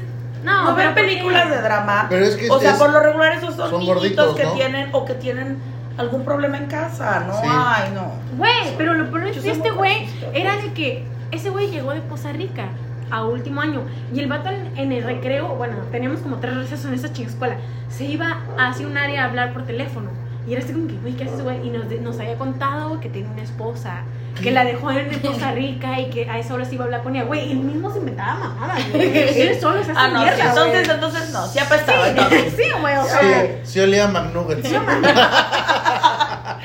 S2: No,
S3: no
S2: pero
S3: ven
S2: ¿por qué?
S3: películas de drama.
S1: Pero es que
S3: o sea,
S1: es-
S3: por lo regular esos son,
S1: son
S3: niñitos
S1: gorditos,
S3: que
S1: ¿no?
S3: tienen o que tienen algún problema en casa, ¿no?
S1: Sí.
S3: Ay, no.
S2: Güey, pero lo peor es
S3: Yo
S2: que
S3: soy
S2: este
S3: muy
S2: güey
S3: racista.
S2: era de que ese güey llegó de Poza Rica a último año y el vato en, en el recreo, bueno, teníamos como tres recesos en esa chingascuela, se iba hacia un área a hablar por teléfono y era así como que, güey, ¿qué haces, güey? Y nos, de- nos había contado que tenía una esposa, que la dejó en Poza Rica y que a esa hora se iba a hablar con ella, güey, él mismo se inventaba mamadas, güey. Él solo se hace
S3: Ah, no, sí,
S2: mierda, güey.
S3: entonces, entonces no, sí apestaba. entonces.
S2: Sí, güey, o sea.
S1: Sí, sí olía a McNuggets.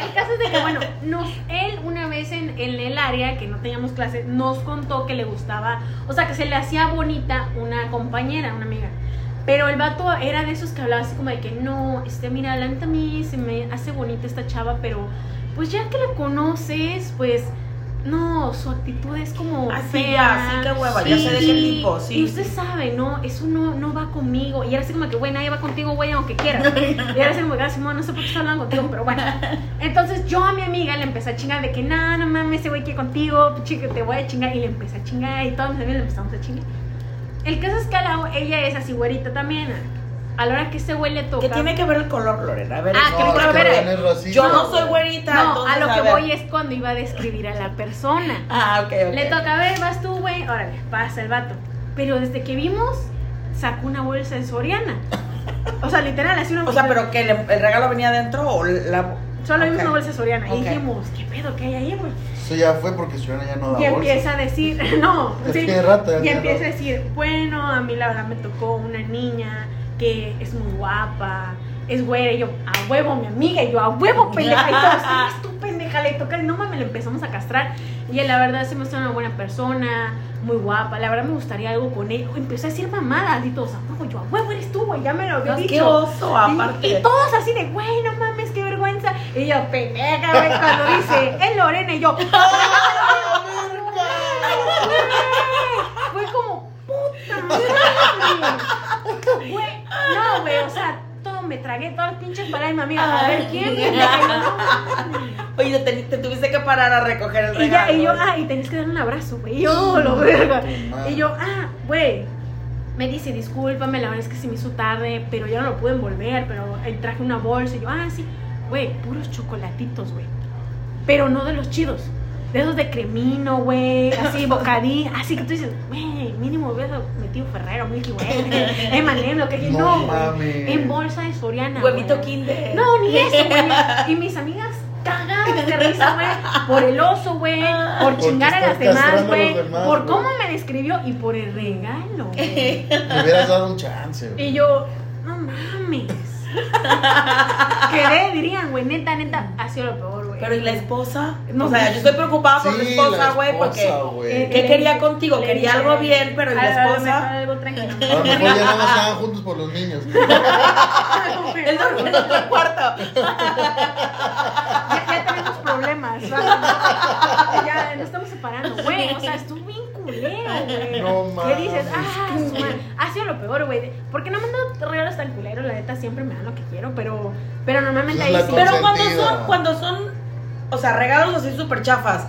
S2: El caso es de que, bueno, nos, él una vez en, en el área que no teníamos clase, nos contó que le gustaba, o sea, que se le hacía bonita una compañera, una amiga. Pero el vato era de esos que hablaba así como de que, no, este, mira, la neta a mí se me hace bonita esta chava, pero pues ya que la conoces, pues, no, su actitud es como
S3: Así,
S2: fea.
S3: así que hueva, ya sé de qué
S2: Y-
S3: tipo, sí.
S2: Y usted sabe, ¿no? Eso no, no va conmigo. Y era así como que, güey, nadie va contigo, güey, aunque quiera. Y era así como, gracias, mamá, no sé por qué está hablando contigo, pero bueno. Entonces yo a mi amiga le empecé a chingar de que, no, no mames, ese güey que contigo, chica, te voy a chingar. Y le empecé a chingar y todos mis amigos le empezamos a chingar. El caso es que a la- ella es así, güerita también. A la hora que ese güey le toca.
S3: ¿Qué tiene que ver el color, Lorena? A ver,
S2: Ah, que
S1: No, es
S2: pero a
S1: que
S2: ver,
S1: Rubén es racista,
S3: yo no
S1: güey.
S3: soy güerita.
S2: No, a
S3: entonces,
S2: lo que
S3: ver.
S2: voy es cuando iba a describir a la persona.
S3: Ah, ok, ok.
S2: Le toca, a ver, vas tú, güey. Órale, pasa el vato. Pero desde que vimos, sacó una bolsa de Soriana. O sea, literal, así una
S3: O sea, pero que el, el regalo venía adentro o la.
S2: Solo vimos
S3: Ok.
S2: una bolsa de Soriana.
S3: Ok.
S2: Y dijimos, ¿qué pedo que hay ahí, güey?
S1: Eso ya fue porque Soriana ya no da
S2: Y
S1: bolsa.
S2: empieza a decir, no,
S1: Ya
S2: sí.
S1: tiene rato, ya
S2: Y
S1: tiene
S2: empieza a
S1: rato.
S2: decir, bueno, a mí la verdad me tocó una niña que es muy guapa, es güera. Y yo, a huevo, mi amiga. Y yo, a huevo, pendeja. Y todos, "Ah, es tu pendeja, le toca. No mames, le empezamos a castrar. Y él, la verdad se me hace una buena persona, muy guapa. La verdad me gustaría algo con él. Empezó a decir mamadas y todos, a huevo, yo, a huevo eres tú, güey. Ya me lo había
S3: No,
S2: dicho.
S3: qué oso,
S2: Y-
S3: aparte.
S2: Y, todos así de, güey, no mames, qué vergüenza. Y yo, pendeja, güey, cuando dice, es Lorena. Y yo, Fue como, puta madre. Güey, no, güey, o sea, todo me tragué, todas las pinches para de mi amiga. A ver, ¿quién?
S3: Oye, te, te tuviste que parar a recoger el
S2: Y, ya,
S3: regalo.
S2: y yo, ah, y tenés que dar un abrazo, güey. Y yo, "Oh, lo verga.
S1: Tu madre.
S2: Y yo, ah, güey. Me dice, discúlpame, la verdad es que se me hizo tarde, pero ya no lo pude envolver, pero eh, traje una bolsa. Y yo, ah, sí. Güey, puros chocolatitos, güey. Pero no de los chidos. De esos de cremino, güey, así, bocadí. Así que tú dices, güey, mínimo hubiera metido Ferrero, Milky Way, Emanem, lo que quieras.
S1: No
S2: No, güey.
S1: mames.
S2: En bolsa de Soriana,
S3: Huevito
S2: güey.
S3: kinder.
S2: No, ni eso, güey. Y mis amigas cagadas de risa, güey. Por el oso, güey. Por
S1: Porque
S2: chingar a
S1: estás
S2: las demás,
S1: castrando a los
S2: güey.
S1: demás,
S2: Por
S1: güey.
S2: cómo me describió y por el regalo, güey.
S1: Me hubieras dado un chance, güey.
S2: Y yo, no mames. Quedé, dirían, güey. Neta, neta, ha sido lo peor, güey.
S3: Pero ¿y la esposa?
S2: No. pues,
S3: o sea, yo estoy preocupada por la
S1: Sí,
S3: esposa, güey,
S1: esposa,
S3: porque.
S1: güey.
S3: ¿Qué quería contigo?
S2: Eh, Le
S3: Quería
S2: dije,
S3: algo bien, pero ¿y la
S2: a lo
S3: esposa?
S2: mejor Algo tranquilo.
S1: A lo mejor ya no estaban juntos por los niños.
S3: Él dormía en otro cuarto.
S2: ya, ya tenemos problemas. ¿va? Ya nos estamos separando, güey. O sea, estuvo bien culero, güey.
S1: No mames.
S2: ¿Qué dices? Ah, su madre. ha sido lo peor, güey. Porque no me han dado regalos tan culeros. La neta siempre me dan lo que quiero, pero, pero normalmente
S1: Es
S2: ahí
S1: la
S2: sí.
S1: cosa.
S3: Pero cuando son,
S1: Consentida.
S3: cuando son, o sea, regalos así súper chafas,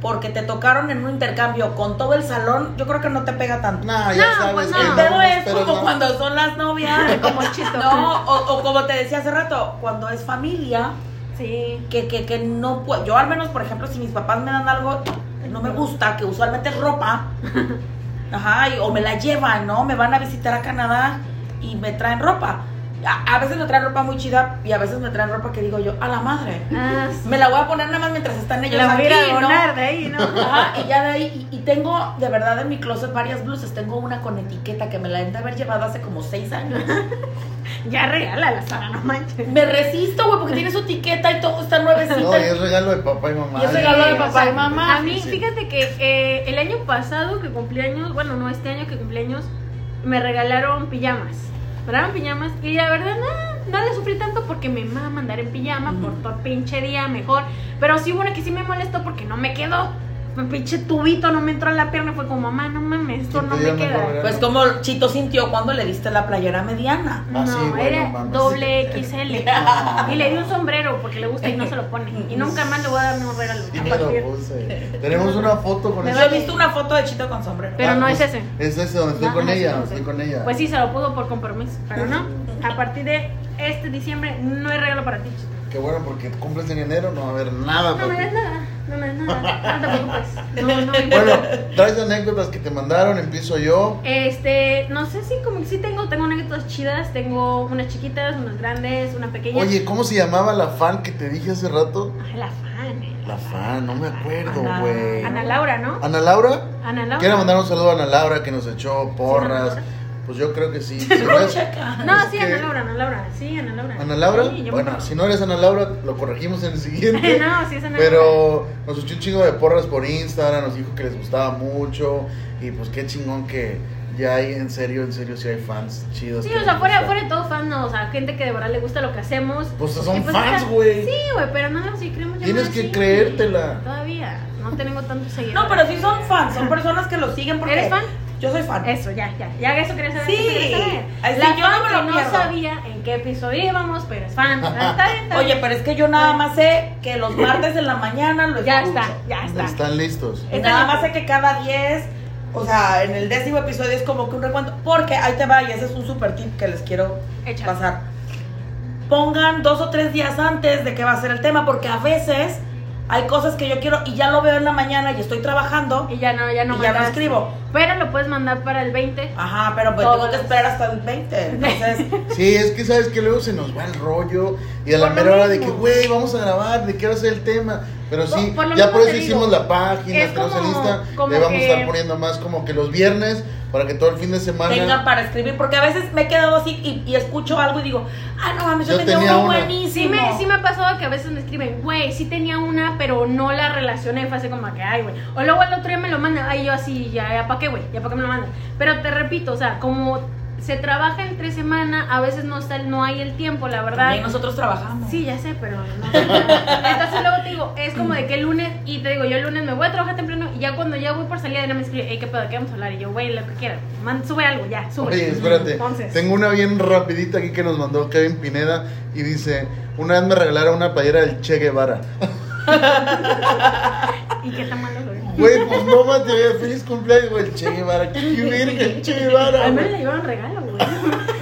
S3: porque te tocaron en un intercambio con todo el salón, yo creo que no te pega tanto.
S1: Nah,
S2: No,
S1: ya sabes
S2: pues no.
S1: que
S3: El
S1: no.
S3: pedo
S1: no
S3: es
S1: esperas
S3: como
S1: nada.
S3: cuando son las novias.
S2: Como chito.
S3: No, o, o como te decía hace rato, cuando es familia,
S2: Sí.
S3: que, que, que no puedo. Yo, al menos, por ejemplo, si mis papás me dan algo que no me gusta, que usualmente es ropa, ajá, y- o me la llevan, ¿no? Me van a visitar a Canadá y me traen ropa. A, a veces me traen ropa muy chida y a veces me traen ropa que digo yo, a la madre.
S2: Ah, sí.
S3: Me la voy a poner nada más mientras están ellos
S2: La voy a ir
S3: aquí,
S2: a
S3: ¿no?
S2: donar de ahí, ¿no?
S3: Ajá, y ya de ahí, y, y tengo de verdad en mi closet varias blusas. Tengo una con etiqueta que me la han de haber llevado hace como seis años.
S2: Ya regálala, Sara, no manches.
S3: Me resisto, güey, porque tiene su etiqueta y todo está nuevecita.
S1: No, y es regalo de papá y mamá.
S3: Y es regalo de
S1: Sí,
S3: papá y
S1: sí,
S3: mamá.
S2: A mí,
S1: sí.
S2: fíjate que eh, el año pasado que cumpleaños, bueno, no, este año que cumpleaños, me regalaron pijamas. Me regalaron pijamas y la verdad no, no le sufrí tanto porque me mama andar en pijama por todo pinche día mejor. Pero sí hubo una que sí me molestó porque no me quedó. Me pinche tubito, no me entró en la pierna. Fue como, mamá, no mames, esto
S1: Sí, te
S2: no me
S1: llaman por
S2: queda.
S1: regalo.
S3: Pues como Chito sintió cuando le diste la playera mediana.
S1: Ah, sí,
S2: No,
S1: bueno,
S2: era
S1: mames.
S2: doble XL.
S1: No.
S2: Y le di un sombrero porque le gusta y no se lo pone. Y nunca más le voy a dar ni un regalo.
S1: Y
S2: a
S1: me
S2: partir.
S1: lo puse. pues, eh, Tenemos una foto con
S2: Me
S1: ese-
S3: Yo he visto una foto de Chito con sombrero.
S2: Pero
S1: Ah,
S2: no es
S1: pues,
S2: ese.
S1: Es ese donde estoy
S2: No,
S1: con
S2: no,
S1: ella,
S2: no,
S1: estoy
S2: sí.
S1: con ella.
S2: Pues sí, se lo pudo por compromiso, pero no. A partir de este diciembre no hay regalo para ti. Chito.
S1: Qué bueno, porque cumples en enero, no va a haber nada.
S2: No me
S1: papi.
S2: des nada, no me des nada. No te preocupes. Ah, pues. No,
S1: Bueno,
S2: no me importa.
S1: traes anécdotas que te mandaron, empiezo yo.
S2: Este, no sé si como que sí tengo, tengo anécdotas chidas, tengo unas chiquitas, unas grandes, una pequeña.
S1: Oye, ¿cómo se llamaba la fan que te dije hace rato?
S2: Ay, la fan. eh.
S1: La fan, no me acuerdo,
S3: Ana-
S1: güey.
S2: Ana Laura, ¿no?
S1: ¿Ana Laura?
S2: Ana Laura.
S1: Quiero mandar un saludo a Ana Laura que nos echó porras.
S2: Ana Laura.
S1: Pues yo creo que sí. Si no
S3: Pero
S1: es-
S3: checa.
S2: No, sí,
S1: Es que-
S2: Ana Laura, Ana Laura, sí, Ana Laura.
S1: ¿Ana Laura?
S2: Sí, yo me
S1: bueno,
S2: acuerdo.
S1: si no eres Ana Laura, lo corregimos en el siguiente.
S2: No, sí es Ana Laura.
S1: Pero nos echó un chingo de porras por Instagram, nos dijo que les gustaba mucho. Y pues qué chingón que ya hay, en serio, en serio, si hay fans chidos.
S2: Sí,
S1: que
S2: o sea,
S1: les
S2: fuera,
S1: gusta.
S2: fuera de todo fan, no, o sea, gente que de verdad le gusta lo que hacemos.
S1: Pues
S2: Y
S1: son
S2: pues,
S1: fans,
S2: o sea,
S1: güey.
S2: Sí, güey, pero no, sí creemos llamar
S1: Tienes que
S2: así.
S1: creértela.
S2: Todavía, no tengo tantos seguidores.
S3: No, pero sí son fans, son personas que lo siguen porque.
S2: ¿Eres fan?
S3: Yo soy fan.
S2: Eso, ya, ya, ya eso quería saber.
S3: Sí.
S2: eso quería saber.
S3: Así
S2: La
S3: yo no
S2: fan
S3: me lo
S2: que
S3: pierdo.
S2: no sabía en qué episodio íbamos, pero es fan. Ah, Está bien, está bien.
S3: Oye, pero es que yo nada más sé que los martes en la mañana lo
S2: ya
S3: escucho.
S2: está, ya está.
S1: Están listos.
S3: Y nada más Este sé que cada 10, o sea, en el décimo episodio es como que un recuento. Porque ahí te va, y ese es un super tip que les quiero
S2: Échale.
S3: pasar. Pongan dos o tres días antes de que va a ser el tema, porque a veces hay cosas que yo quiero y ya lo veo en la mañana y estoy trabajando.
S2: Y ya no, ya no
S3: Y ya no
S2: mandaste.
S3: escribo.
S2: Pero lo puedes mandar para el 20.
S3: Ajá, pero pues
S2: Todos.
S3: tengo que esperar hasta el 20. Entonces,
S1: Sí, es que sabes que luego se nos va el rollo y a la
S2: Por lo
S1: mera hora de que,
S2: mismo.
S1: güey, vamos a grabar, de qué va a ser el tema. Pero
S2: Por-
S1: sí,
S2: por lo
S1: ya
S2: mismo
S1: por
S2: te
S1: eso
S2: digo,
S1: hicimos la página,
S2: es
S1: tenemos el
S2: como-
S1: Insta,
S2: como
S1: le vamos a
S2: que-
S1: estar poniendo más como que los viernes para que todo el fin de semana.
S3: tengan para escribir, porque a veces me he quedado así y, y escucho algo y digo, ah, no mames, yo,
S1: Yo
S3: tenía,
S1: tenía
S3: uno
S1: una.
S3: buenísimo.
S2: Sí me, sí me ha pasado que a veces me escriben, güey, sí tenía una, pero no la relacioné, fue así como que, ay, güey. O luego el otro día me lo mandan, ay, yo así, ya, ya pa' qué, güey, ya pa' qué me lo mandan. Pero te repito, o sea, como se trabaja entre semana, a veces no, está, no hay el tiempo, la verdad.
S3: También nosotros trabajamos.
S2: Sí, ya sé, pero no. Entonces luego te digo, es como de que el lunes, y te digo, yo el lunes me voy a trabajar temprano, y ya cuando ya voy por salida, Adriana me escribe, hey, qué pedo, qué vamos a hablar, y yo, güey, lo que quieras, man, sube algo, ya, sube.
S1: Oye, espérate,
S2: Entonces,
S1: tengo una bien rapidita aquí que nos mandó Kevin Pineda y dice, una vez me regalaron una playera del Che Guevara.
S2: ¿y qué tan malo lo es?
S1: Güey, pues no más te veía feliz cumpleaños, güey, el Che Guevara, qué verga el Che Guevara.
S2: Al menos
S1: güey.
S2: le llevaron regalo, güey.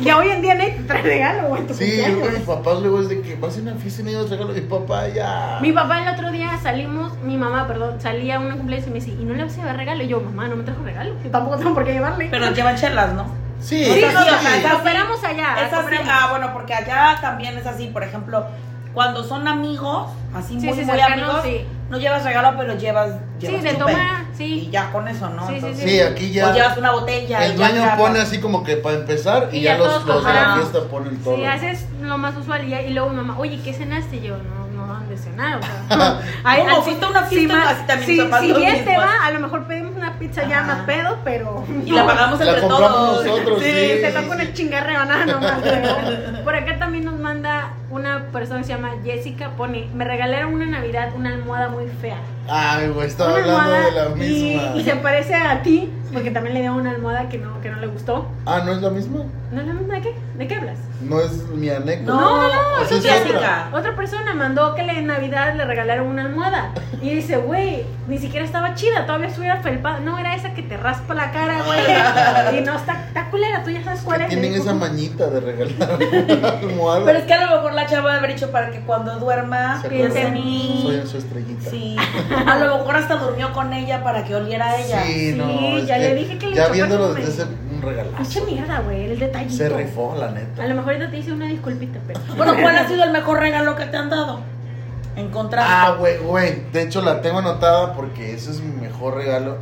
S2: ya hoy en día nadie te trae regalo, güey. en tu
S1: Sí,
S2: cumpleaños.
S1: güey, mis papás luego es de que vas a una fiesta y me llevas regalo, mi papá ya.
S2: Mi papá el otro día salimos, mi mamá, perdón, salía a un cumpleaños y me dice, ¿y no le vas a llevar regalo? Y yo, mamá, no me trajo regalo. Yo tampoco tengo por qué llevarle.
S3: Pero llevan chelas, ¿no?
S1: Sí,
S3: Sí,
S2: sí,
S3: no,
S2: sí,
S3: o sea,
S2: sí.
S3: es así.
S2: Operamos allá,
S3: Es así.
S2: operamos.
S3: Ah, bueno, porque allá también es así. Por ejemplo, cuando son amigos, así
S2: Sí,
S3: muy,
S2: sí,
S3: muy
S2: cercanos,
S3: amigos,
S2: sí.
S3: no llevas regalo, pero llevas. llevas
S2: de
S3: chupe.
S2: tomar, sí.
S3: Y ya con eso, ¿no?
S2: Sí, sí,
S3: Entonces,
S1: Sí, aquí ya.
S2: Pues
S3: O llevas una botella.
S1: el
S3: y ya
S1: dueño
S3: cada-
S1: pone así como que para empezar y,
S2: Y
S1: ya,
S2: ya
S1: los,
S2: todos
S1: los de la
S3: compraron.
S1: fiesta ponen todo.
S2: Sí, haces lo más usual y, ya- y luego mi mamá, oye, ¿qué cenaste? Y yo, no, no dan de cenar, o sea. Ay,
S3: ¿Cómo?
S2: así-
S3: ¿Fuiste a una
S2: sí,
S3: fiesta?
S2: ma-
S3: Así también
S2: sí,
S3: mis papás
S2: Si
S3: lo
S2: bien
S3: mismo
S2: te
S3: hacen.
S2: va, a lo mejor pedimos una pizza ya
S3: Ajá.
S2: más pedo, pero...
S3: Y la pagamos
S1: La
S3: entre
S1: compramos
S3: todos.
S1: nosotros,
S2: Sí,
S1: sí,
S2: te
S1: sí,
S2: toca
S1: sí.
S2: una chingarreba nada nomás. pero- Por acá también nos manda una persona que se llama Jessica, pone, me regalaron una Navidad una almohada muy fea.
S1: Ay, güey, estaba
S2: Una
S1: hablando de la
S2: almohada y-
S1: misma.
S2: Y, se parece a ti, porque también le dieron una almohada que no, que no le gustó.
S1: Ah, ¿no es la misma?
S2: ¿No es la misma de qué? ¿De qué hablas?
S1: No es mi anécdota.
S3: No, no, no,
S1: Así es
S3: es
S1: otra.
S3: Jessica.
S2: Otra persona mandó que le- en Navidad le regalaron una almohada. Y dice, güey, ni siquiera estaba chida, todavía estuviera felpada. No, era esa que te raspa la cara, güey. Y no, está, está culera, tú ya sabes cuál
S1: Que
S2: es.
S1: tienen
S2: Me dijo,
S1: esa mañita de regalar una almohada.
S3: Pero es que a lo mejor la chava debe haber dicho para que cuando duerma
S1: ¿Se
S3: piense
S1: acuerdan?
S3: en mí.
S1: Soy en su estrellita.
S3: Sí. A lo mejor hasta durmió con ella para que oliera a ella.
S1: Sí,
S2: Sí,
S1: no. es
S2: ya le dije que le
S1: Ya
S2: chocó
S1: viéndolo
S2: el
S1: desde ese
S2: comer.
S1: un
S2: Mucha
S1: regalazo.
S2: mierda, güey, el detallito.
S1: Se rifó, la
S2: A
S1: neta.
S2: lo mejor ahorita te hice una disculpita, pero.
S3: Bueno, ¿cuál ha sido el mejor regalo que te han dado? Encontrar.
S1: Ah, güey, güey. De hecho, la tengo anotada porque ese es mi mejor regalo.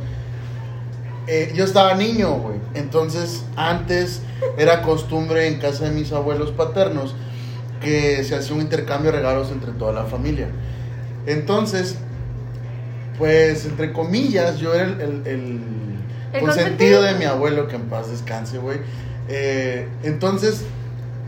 S1: eh, yo estaba niño, güey. Entonces, antes era costumbre en casa de mis abuelos paternos que se hacía un intercambio de regalos entre toda la familia. Entonces, pues, entre comillas, yo era el, el- el
S2: El consentido.
S1: consentido de mi abuelo, que en paz descanse, güey. Eh, entonces,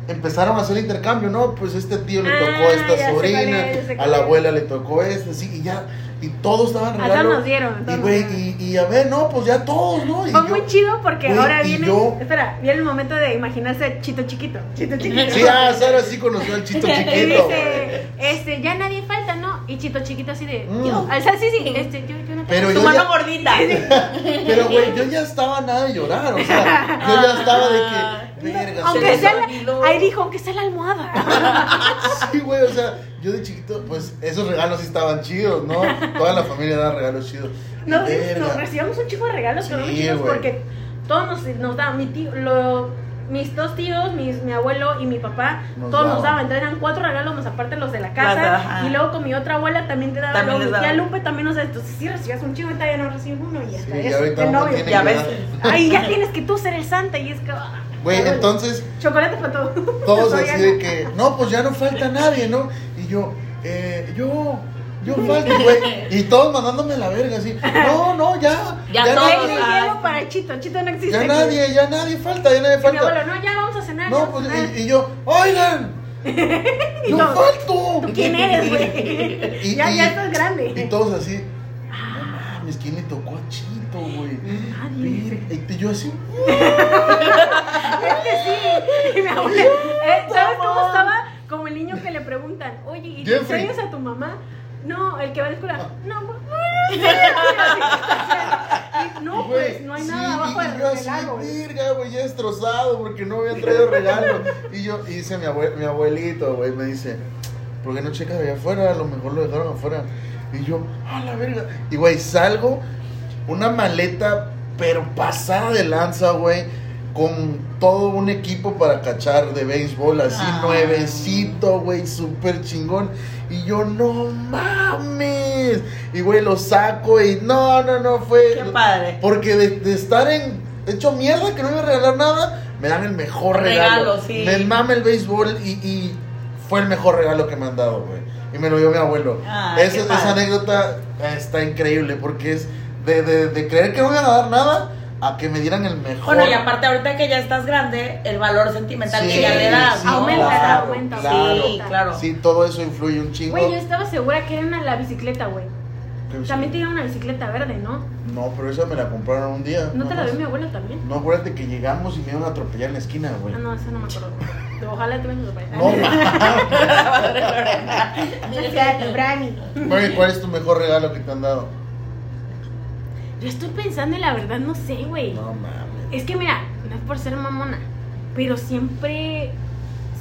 S1: empezaron a hacer intercambio, ¿no? Pues este tío le
S2: Ah,
S1: tocó a
S2: ya sé
S1: esta
S2: cuál es,
S1: sobrina,
S2: ya sé
S1: a
S2: cuál
S1: la
S2: es.
S1: abuela le tocó este, sí, y ya, y todos estaban
S2: A todos
S1: regalos.
S2: nos dieron, a todos
S1: Y,
S2: nos
S1: güey,
S2: dieron.
S1: y, y a ver, no, pues ya todos, ¿no? Y
S2: Fue
S1: yo-
S2: muy chido porque
S1: Güey,
S2: ahora
S1: y
S2: viene.
S1: yo-
S2: Espera, viene el momento de imaginarse chito chiquito. Chito chiquito.
S1: Sí, ah, Sara sí conoció al chito
S2: Que te
S1: chiquito, güey.
S2: dice, este, ya nadie falta, ¿no? Y chito chiquito así de.
S1: Mm.
S2: Yo. O sea, sí, sí. Este, yo, yo no
S1: Pero
S3: Tu
S1: yo
S3: mano
S1: ya-
S3: gordita.
S1: Pero, güey, yo ya estaba nada de llorar, o sea, yo ya estaba
S3: Ah.
S1: de que, verga,
S3: Se
S2: Aunque
S1: sí,
S3: les
S2: sea la,
S3: olvidó.
S2: ahí dijo, aunque sea la almohada.
S1: Sí, güey, o sea, yo de chiquito, pues, esos regalos sí estaban chidos, ¿no? Toda la familia daba regalos chidos.
S2: Nos,
S1: Verga.
S2: nos recibimos un chico de regalos, pero no
S1: Sí,
S2: chicos,
S1: güey.
S2: porque todos nos, nos daban, mi tío, lo- mis dos tíos, mis- mi abuelo y mi papá,
S1: Nos
S2: todos nos
S1: daban.
S2: daban, entonces eran cuatro regalos más aparte los de la
S3: Las-
S2: casa,
S3: ajá.
S2: y luego con mi otra abuela también te daban,
S3: También
S2: luego
S3: les
S2: mi tía
S3: daban.
S2: Lupe también nos daba, entonces sí recibías un chico y todavía no recibes uno, y hasta
S1: Sí, y
S2: eso,
S1: ahorita
S2: de
S1: uno
S2: novio.
S1: tiene
S3: Ya
S1: que
S3: ves.
S1: dar-
S2: Ay, ya tienes que tú ser el santa, y es que... ah,
S1: Güey,
S2: cabrón.
S1: entonces,
S2: Chocolate para todo.
S1: todos
S2: Soy
S1: así
S2: Ana.
S1: de que, no, pues ya no falta nadie, ¿no? Y yo, eh, yo, yo falto, güey. Y todos mandándome la verga, así, no, no, ya.
S3: Ya
S1: no
S3: todos,
S2: Trae el
S1: nadie-
S3: ah,
S2: hielo para Chito, Chito no existe.
S1: Ya
S2: aquí.
S1: nadie, ya nadie falta, ya nadie
S2: Y Mi
S1: falta.
S2: abuelo, no, ya vamos a cenar. ya
S1: No,
S2: vamos a
S1: pues,
S2: cenar".
S1: y, y yo, oigan,
S2: ah. Y
S1: yo
S2: todos,
S1: falto.
S2: ¿Tú quién eres, güey?
S1: Y-
S2: Ya,
S1: y-
S2: ya estás grande. Ah.
S1: Y todos así, no mames, ¿quién le tocó a Chito, güey?
S2: Nadie.
S1: Y y yo así,
S2: Es que sí. Y mi abuela, eh, ¿sabes cómo estaba? Como el niño que le preguntan, oye, ¿y te
S1: Jeffrey.
S2: extrañas a tu mamá? No, el que va a la escuela. No, mamá. Y No, pues, no hay
S1: Sí,
S2: nada abajo
S1: y-
S2: del
S1: Y yo así,
S2: del árbol.
S1: verga, güey, ya destrozado porque no había traído regalo. Y yo, y dice mi, abue- mi abuelito, güey, me dice, ¿por qué no checas allá afuera? A lo mejor lo dejaron afuera. Y yo, a la verga. Y, güey, salgo, una maleta, pero pasada de lanza, güey, con todo un equipo para cachar de béisbol, así
S3: Ah.
S1: nuevecito, güey, súper chingón. Y yo, no mames. Y, güey, lo saco y no, no, no, fue...
S3: Qué padre.
S1: Porque de, de estar en hecho mierda que no me iba a regalar nada, me dan el mejor regalo.
S3: Regalo, sí.
S1: Me mama el béisbol y, y fue el mejor regalo que me han dado, güey. Y me lo dio mi abuelo.
S3: Ah,
S1: Esa-
S3: qué
S1: esa,
S3: padre.
S1: anécdota eh, está increíble porque es de, de- de creer que no me iban a dar nada a que me dieran el mejor.
S3: Bueno, y aparte, ahorita que ya estás grande, el valor sentimental
S1: Sí,
S3: que ya le das.
S1: sí,
S3: ¿no?
S2: Aumenta,
S1: claro,
S2: aumenta,
S1: claro.
S3: Sí, claro.
S1: Sí, todo eso influye un chingo.
S2: Güey, yo estaba segura que era una- la bicicleta, güey. También tenía una bicicleta verde, ¿no?
S1: No, pero esa me la compraron un día.
S2: ¿No te la
S1: nomás.
S2: dio mi abuelo también?
S1: No, acuérdate que llegamos y me iban a atropellar en la esquina, güey.
S2: Ah, no, eso no me acuerdo. Ojalá te vengas a para allá.
S1: No, ma.
S2: No es cierto, Brani.
S1: Bueno, ¿y ¿cuál es tu mejor regalo que te han dado?
S2: Yo estoy pensando y la verdad no sé, güey.
S1: No mames.
S2: Es que mira, no es por ser mamona, pero siempre,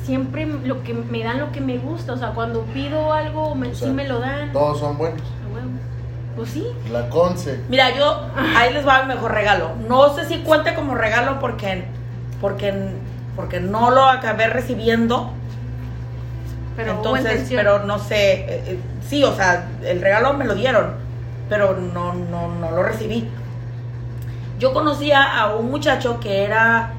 S2: siempre lo que me dan lo que me gusta. O sea, cuando pido algo, me,
S1: O sea,
S2: sí me lo dan.
S1: Todos son buenos.
S2: A huevo. Pues sí.
S1: La Conce.
S3: Mira, yo ahí les va el mejor regalo. No sé si cuente como regalo porque, porque, porque no lo acabé recibiendo.
S2: Pero hubo
S3: Entonces,
S2: intención.
S3: pero no sé, eh, eh, sí, o sea, el regalo me lo dieron, pero no, no, no lo recibí. Yo conocía a un muchacho que era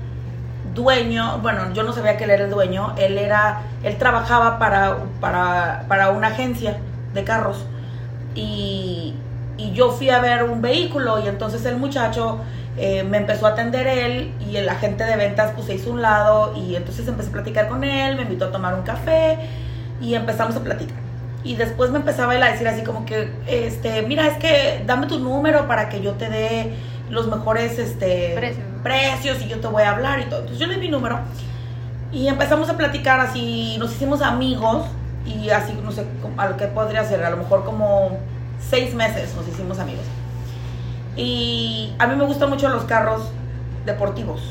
S3: dueño, bueno, yo no sabía que él era el dueño, él era, él trabajaba para, para, para una agencia de carros y, y yo fui a ver un vehículo y entonces el muchacho eh, me empezó a atender él y el agente de ventas pues se hizo a un lado y entonces empecé a platicar con él, me invitó a tomar un café y empezamos a platicar. Y después me empezaba él a decir así como que, este, mira, es que dame tu número para que yo te dé los mejores este,
S2: Precios, ¿no?
S3: precios y yo te voy a hablar y todo. Entonces yo le di mi número y empezamos a platicar así, nos hicimos amigos y así, no sé, como- a lo que podría ser, a lo mejor como seis meses nos hicimos amigos. Y a mí me gustan mucho los carros deportivos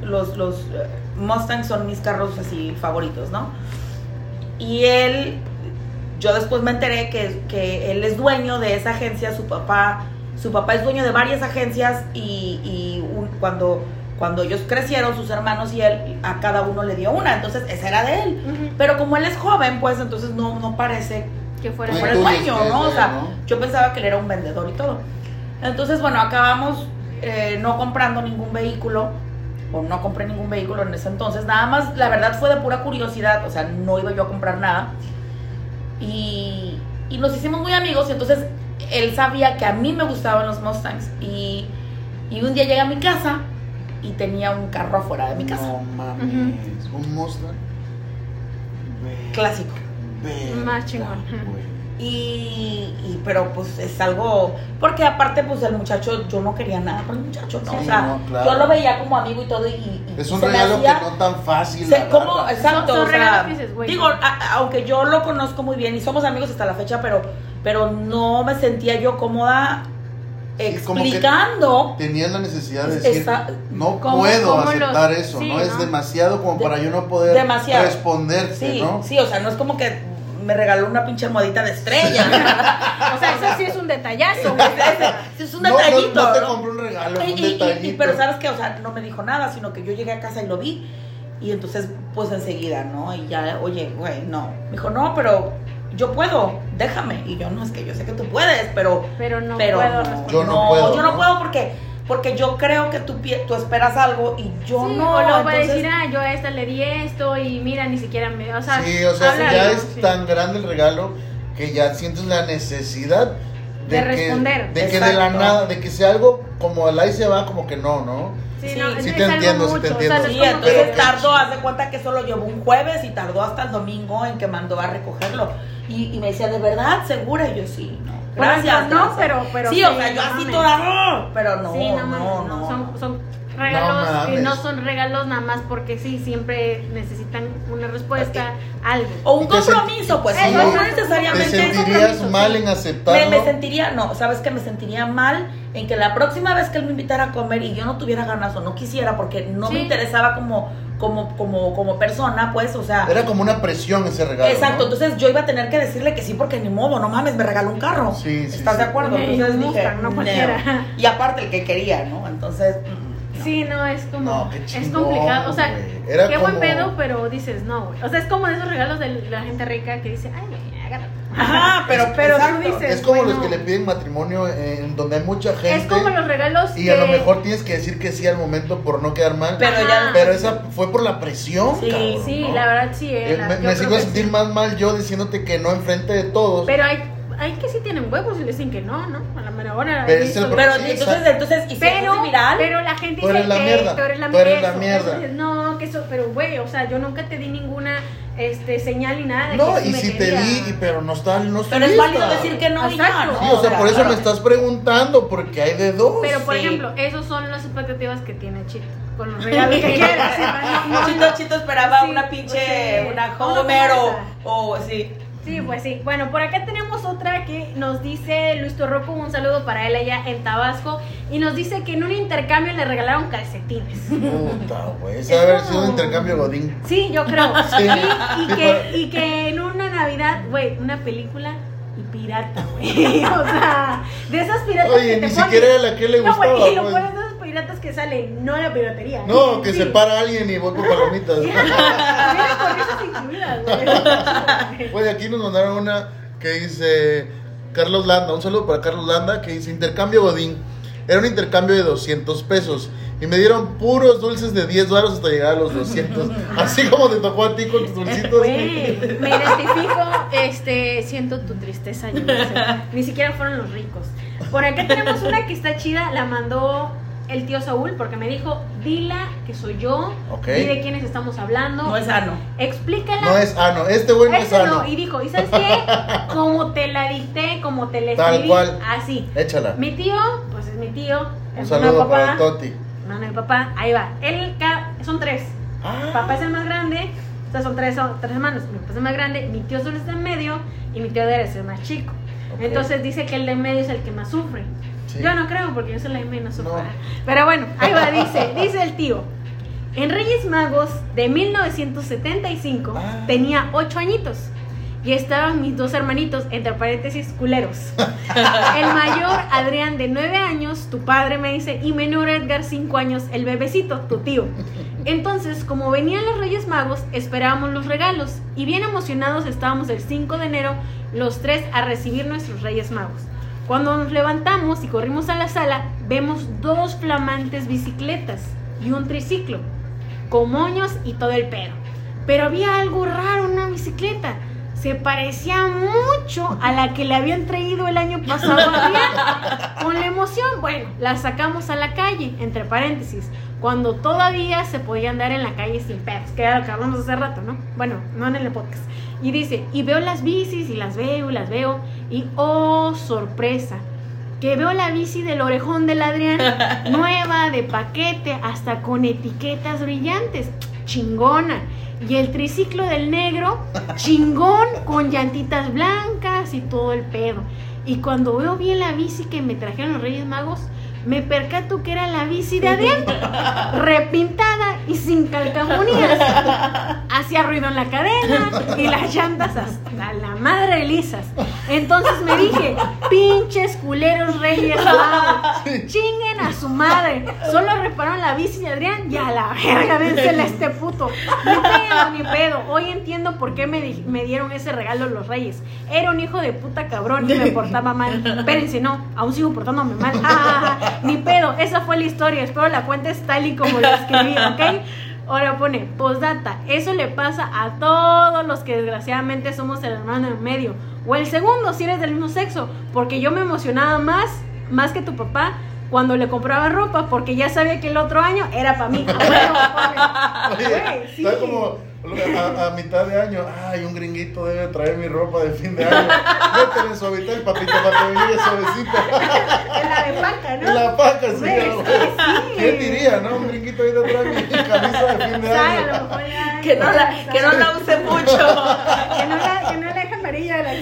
S2: Ujú.
S3: los, los eh, Mustangs son mis carros así favoritos, ¿no? Y él, yo después me enteré que, que él es dueño de esa agencia, su papá, su papá es dueño de varias agencias y, y un- cuando, cuando ellos crecieron, sus hermanos y él, a cada uno le dio una, entonces esa era de él.
S2: Ujú.
S3: Pero como él es joven, pues entonces no, no parece
S2: Que fuera.
S1: Muy
S3: por el
S1: tuyo,
S3: sueño,
S1: ustedes,
S3: ¿no? O sea,
S1: ¿no?
S3: yo pensaba que él era un vendedor y todo. Entonces, bueno, acabamos eh, no comprando ningún vehículo, o no compré ningún vehículo en ese entonces, nada más, la verdad fue de pura curiosidad, o sea, no iba yo a comprar nada. Y, y nos hicimos muy amigos, y entonces él sabía que a mí me gustaban los Mustangs, y, y un día llegué a mi casa y tenía un carro afuera de mi casa,
S1: No mames. Un Mustang. Verga,
S3: clásico.
S1: verga,
S2: Más chingón.
S1: güey.
S3: Y, y- pero pues es algo porque aparte pues el muchacho yo no quería nada con el muchacho no
S1: Sí,
S3: o sea
S1: no, claro.
S3: yo lo veía como amigo y todo y, y-
S1: Es
S3: y
S1: un
S3: se me
S1: regalo
S3: hacía-
S1: que no tan fácil.
S3: se-
S1: la
S3: como
S1: verdad.
S3: exacto
S2: Son- son
S3: o sea,
S2: regalos que dices, güey,
S3: digo
S2: no.
S3: a- a- aunque yo lo conozco muy bien y somos amigos hasta la fecha pero pero no me sentía yo cómoda
S1: Sí, como que-
S3: explicando
S1: Tenías la necesidad de decir,
S3: Esa-
S1: no
S2: ¿Cómo-
S1: puedo
S2: cómo
S1: aceptar
S2: los-
S1: eso,
S2: sí,
S1: ¿no? Es
S2: ¿no?
S1: demasiado como
S3: De-
S1: para yo no poder
S3: demasiado.
S1: responderte,
S3: sí
S1: ¿no?
S3: sí o sea no es como que me regaló una pinche almohadita de estrella
S2: O sea, eso sí es un detallazo, güey.
S3: es un
S1: No, no-
S3: detallito
S1: No, te
S3: ¿no?
S1: compré un regalo,
S3: Y-
S1: un
S3: y- y-
S1: detallito.
S3: y- pero sabes que, o sea, no me dijo nada, sino que yo llegué a casa y lo vi. Y entonces, pues enseguida, ¿no? Y ya, oye, güey, no. Me dijo, no, pero yo puedo, déjame. Y yo, no, es que yo sé que tú puedes, pero.
S2: Pero no
S3: pero
S2: puedo
S3: no,
S2: responder.
S1: Yo no puedo,
S3: Yo no,
S1: ¿no?
S3: puedo porque, porque yo creo que tú, pie- tú esperas algo y yo
S2: Sí,
S3: no.
S2: o luego va a
S3: entonces-
S2: decir, ah, yo a esta le di esto y mira, ni siquiera me. O sea,
S1: sí, o sea,
S2: habla
S1: ya
S2: algo,
S1: es
S2: sí.
S1: tan grande el regalo que ya sientes la necesidad de,
S2: De responder.
S1: Que, de que de la
S3: Exacto.
S1: nada, de que sea algo como al aire se va, como que no, ¿no?
S2: Sí, no,
S3: Sí.
S2: es,
S1: Sí
S2: es
S1: te
S2: algo
S1: entiendo, sí te
S2: mucho, o sea,
S1: entiendo.
S2: es
S3: Sí,
S2: como
S3: entonces
S2: que-
S3: tardó, haz de cuenta que solo llevó un jueves y tardó hasta el domingo en que mandó a recogerlo. Y, y me decía, ¿de verdad? ¿Segura? Y yo, sí, no.
S2: Bueno,
S3: Gracias.
S2: no,
S3: gracias".
S2: pero- pero
S3: sí,
S2: sí,
S3: o sea, yo
S2: no
S3: así
S2: mames.
S3: toda. "Ah", Pero no,
S2: Sí,
S3: no,
S2: mames,
S3: no.
S2: Son, son regalos
S1: No
S2: que no
S1: mames.
S2: son regalos nada más porque sí, siempre necesitan una respuesta, algo.
S3: O un
S1: Te sen-
S3: compromiso, pues.
S2: Eso,
S3: no, no
S2: exacto.
S1: Te
S3: necesariamente.
S2: Realmente es
S1: sentirías
S2: compromiso,
S1: mal
S2: sí.
S1: en
S3: Me,
S1: aceptarlo.
S3: me sentiría, no, sabes que me sentiría mal en que la próxima vez que él me invitara a comer y yo no tuviera ganas o no quisiera porque no me
S2: Sí.
S3: interesaba como, como, como, como persona, pues, o sea.
S1: Era como una presión ese regalo.
S3: Exacto,
S1: ¿no?
S3: entonces yo iba a tener que decirle que sí porque ni modo, no mames, me regaló un carro.
S1: Sí, sí,
S3: ¿Estás
S1: sí.
S3: de acuerdo?
S2: Ey,
S3: Entonces
S2: un
S3: dije,
S2: Mustang, no cualquiera.
S3: Y aparte el que quería, ¿no? Entonces, mm, no.
S2: Sí, no, es como.
S1: No, qué
S2: es
S1: chingón,
S2: complicado. O sea,
S1: güey. Era
S2: qué
S1: como-
S2: buen pedo, pero dices no, güey. O sea, es como de esos regalos de la gente rica que dice, ay, güey, agárralo.
S3: Ajá, pero,
S2: Pero tú
S3: exacto.
S2: dices-
S1: Es como
S2: bueno.
S1: los que le piden matrimonio en donde hay mucha gente.
S2: Es como los regalos.
S1: Y a lo
S2: que-
S1: mejor tienes que decir que sí al momento por no quedar mal. Pero,
S3: Pero ya.
S2: Pero
S1: esa fue por la presión,
S3: Sí,
S1: cabrón,
S2: Sí,
S1: ¿no?
S2: la verdad sí. eh,
S1: Eh,
S2: la-
S1: me
S2: yo
S1: me
S2: creo
S1: sigo a
S2: que
S1: sentir
S2: sí.
S1: más mal yo diciéndote que no enfrente de todos.
S2: Pero hay, hay que sí tienen huevos y le dicen que no, ¿no? A la mera hora.
S1: Pero
S2: ahí
S1: es el
S2: sobre-
S3: Pero
S1: Sí,
S3: entonces,
S1: exacto.
S3: entonces, y si
S2: pero,
S3: es viral,
S2: pero la gente
S1: Tú eres
S2: dice
S1: la
S2: que
S1: mierda,
S2: tú eres la
S1: tú eres
S2: mierda,
S1: la mierda.
S2: entonces, no, que eso, pero güey, o sea, yo nunca te di ninguna este, señal ni nada. de
S1: no,
S2: que sí
S1: y
S2: me
S1: si te
S2: querías.
S1: di, y pero no está, no está
S3: pero es
S1: lista.
S3: válido decir que no y ya,
S2: Exacto.
S3: ¿no?
S1: Sí, o sea, por eso
S3: claro.
S1: me estás preguntando, porque hay de dos.
S2: Pero por
S3: Sí.
S2: ejemplo, esos son las expectativas que tiene Chito con los regalos que quieras. no, no,
S3: Chito, Chito esperaba
S2: Sí, pues
S3: una pinche,
S2: sí.
S3: una
S2: Una
S3: Homer o,
S2: hamburguesa.
S3: o sí.
S2: Sí, pues sí. Bueno, por acá tenemos otra que nos dice Luis Torroco, un saludo para él allá en Tabasco, y nos dice que en un intercambio le regalaron calcetines.
S1: Puta, güey. Ese ha de haber sido un intercambio Godín.
S2: Sí, yo creo.
S1: Sí.
S2: Y, que, y que en una Navidad, güey, una película y pirata, güey. O sea, de esas piratas
S1: Oye,
S2: que te
S1: ni
S2: ponen-
S1: siquiera era la que le
S2: No,
S1: gustaba.
S2: güey, y lo
S1: pues.
S2: pones de esos piratas que salen, no la piratería.
S1: No, que
S2: Sí.
S1: se para alguien y voy por palomitas.
S2: Ya, ya, con esas incluidas, güey.
S1: Güey, aquí nos mandaron una que dice Carlos Landa, un saludo para Carlos Landa, que dice intercambio Godín. Era un intercambio de 200 pesos y me dieron puros dulces de 10 baros hasta llegar a los 200. Así como te tocó a ti con tus dulcitos.
S2: Güey, me identifico, este, siento tu tristeza, yo no sé. Ni siquiera fueron los ricos. Por acá tenemos una que está chida, la mandó el tío Saúl porque me dijo, dila que soy yo,
S1: Ok.
S2: y de quiénes estamos hablando,
S3: No es sano.
S2: explícala.
S1: No es ano, este güey no es
S2: Ese no,
S1: ano.
S2: Y dijo, ¿y sabes qué? Como te la dicté, como te la
S1: Tal
S2: escribí,
S1: cual.
S2: así.
S1: Échala.
S2: Mi tío, pues es mi tío,
S1: Un
S2: es
S1: saludo
S2: papá,
S1: para el Toti.
S2: hermano de papá, ahí va. Él, ca- son tres. Mi
S1: Ah,
S2: papá es el más grande, o sea, son tres, son tres hermanos. Mi papá es el más grande, mi tío solo está en medio y mi tío debe ser más chico.
S1: Ok.
S2: Entonces dice que el de en medio es el que más sufre.
S1: Sí.
S2: Yo no creo porque yo soy la de menos sufro.
S1: No.
S2: Pero bueno, ahí va, dice, dice el tío. En Reyes Magos de 1975
S1: Ah.
S2: tenía ocho añitos y estaban mis dos hermanitos, entre paréntesis, culeros. El mayor, Adrián, de 9 años, tu padre me dice, y menor Edgar, 5 años, el bebecito, tu tío. Entonces, como venían los Reyes Magos, esperábamos los regalos y bien emocionados estábamos el 5 de enero los tres a recibir nuestros Reyes Magos. Cuando nos levantamos y corrimos a la sala, vemos dos flamantes bicicletas y un triciclo, con moños y todo el pedo. Pero había algo raro en una bicicleta. Se parecía mucho a la que le habían traído el año pasado a Adrián. Con la emoción, bueno, la sacamos a la calle, entre paréntesis, cuando todavía se podía andar en la calle sin pedos, que era lo que hablamos hace rato, ¿no? Bueno, no en el podcast. Y dice, y veo las bicis y las veo y las veo, y oh, sorpresa, que veo la bici del orejón del Adrián, nueva, de paquete, hasta con etiquetas brillantes, chingona. Y el triciclo del negro, chingón, con llantitas blancas y todo el pedo. Y cuando veo bien la bici que me trajeron los Reyes Magos, me percato que era la bici de Adrián, repintada y sin calcamonías. Hacía ruido en la cadena y las llantas hasta la madre lisas. Entonces me dije, pinches culeros reyes magos, chinguen a su madre. Solo repararon la bici de Adrián y a la verga, dénsela a este puto. Ni pedo, ni pedo. Hoy entiendo por qué me, di- me dieron ese regalo los reyes. Era un hijo de puta cabrón y me portaba mal. Espérense, no, aún sigo portándome mal. Ah, ah, ah, ni pedo, esa fue la historia. Espero la cuentes tal y como la escribí, ¿ok? Ahora pone, postdata, eso le pasa a todos los que desgraciadamente somos el hermano en medio. O el segundo, si eres del mismo sexo. Porque yo me emocionaba más, más que tu papá, cuando le compraba ropa, porque ya sabía que el otro año era para mí. A huevo, pobre. Güey, sí.
S1: Está como a, a mitad de año, ay, un gringuito debe traer mi ropa de fin de año. Métele suavitel, papito, para que me llegue suavecita.
S2: La de paca, ¿no?
S1: La paca, sí.
S2: Güey, es
S1: güey.
S2: que sí.
S1: ¿Quién diría, no? Un gringuito ahorita trae mi camisa de fin de
S2: Ay, a lo
S1: año.
S2: mejor ya-
S3: Que no la, que no la use mucho.
S2: que no la, que no la deja amarilla de la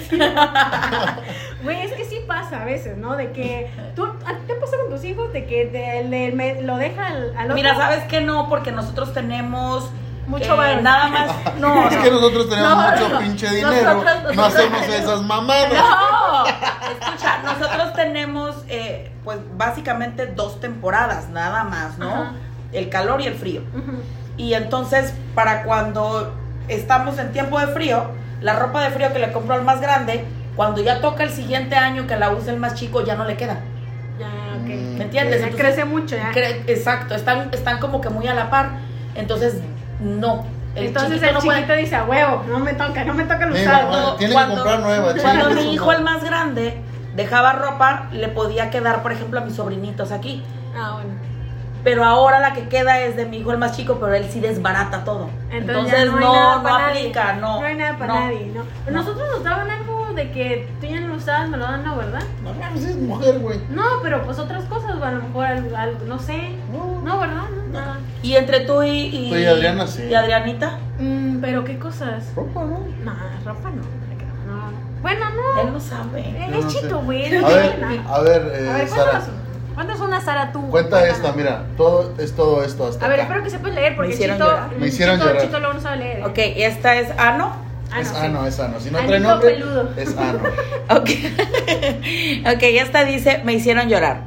S2: axila. Güey, es que sí pasa a veces, ¿no? De que tú, ¿a ti te pasa con tus hijos de que te- le- me- lo deja al, al otro?
S3: Mira, ¿sabes qué no? Porque nosotros tenemos
S2: Mucho
S3: eh,
S2: valor.
S3: nada más. No,
S1: Es que nosotros tenemos
S3: No,
S1: mucho
S3: no.
S1: pinche dinero.
S3: Nosotros-
S1: no hacemos
S3: nosotros-
S1: esas mamadas.
S3: No, escucha, nosotros tenemos, eh, pues básicamente dos temporadas nada más, ¿no?
S2: Ajá.
S3: El calor y el frío.
S2: Ujú.
S3: Y entonces, para cuando estamos en tiempo de frío, la ropa de frío que le compro al más grande, cuando ya toca el siguiente año que la use el más chico, ya no le queda.
S2: Ya,
S1: Mm.
S2: ok.
S3: ¿Me entiendes?
S2: Ya
S3: Entonces,
S2: crece mucho, ya.
S3: cre- exacto, están, están como que muy a la par. Entonces, no.
S2: Entonces
S3: chiquito
S2: el
S3: no puede-
S2: chiquito dice, a huevo, no me toca, no me toca el
S1: Mi
S2: usado.
S1: mamá. Tiene que comprar nueva,
S3: Cuando
S1: chingue su
S3: mi hijo,
S1: madre.
S3: el más grande, dejaba ropa, le podía quedar, por ejemplo, a mis sobrinitos aquí.
S2: Ah, bueno.
S3: Pero ahora la que queda es de mi hijo, el más chico, pero él sí desbarata todo. Entonces,
S2: ya
S3: no,
S2: hay nada
S3: no,
S2: para nadie.
S3: aplica, no.
S2: No hay nada para
S3: no.
S2: nadie, no.
S3: No.
S2: Nosotros nos daban algo de que tú ya no lo usabas, me lo dan, ¿no? ¿Verdad?
S1: Mm, No mames, es mujer, güey.
S2: No, pero pues otras cosas, a lo mejor algo, algo, no sé.
S1: No.
S2: No, ¿verdad? No, nada.
S3: Y entre tú y, y,
S1: Tú y Adriana, sí.
S3: y Adrianita,
S2: Mm, pero qué cosas.
S1: Ropa, ¿no?
S2: No, ropa no. no. Bueno, no.
S3: él no sabe.
S2: Él
S1: Yo
S2: es
S1: no sé.
S2: chito, güey.
S1: A
S2: no tiene
S1: ver,
S2: nada.
S1: a ver,
S2: A
S1: eh,
S2: ver,
S1: Sara.
S2: cuéntanos. Cuéntanos una Sara tú.
S1: Cuenta
S2: Cuéntanos.
S1: esta, mira, todo es todo esto hasta
S2: A ver,
S1: acá.
S2: espero que sepas leer porque
S3: Me
S2: el
S3: hicieron
S2: chito,
S3: llorar.
S1: Me hicieron
S2: chito,
S1: llorar.
S2: chito luego no sabe leer.
S3: Ok, esta es Ano.
S2: Ah,
S1: es
S2: no,
S1: ano, es ano. Si no
S2: Anito
S1: trae nombre,
S2: peludo.
S1: es ano.
S3: Ok. ok, esta dice, me hicieron llorar.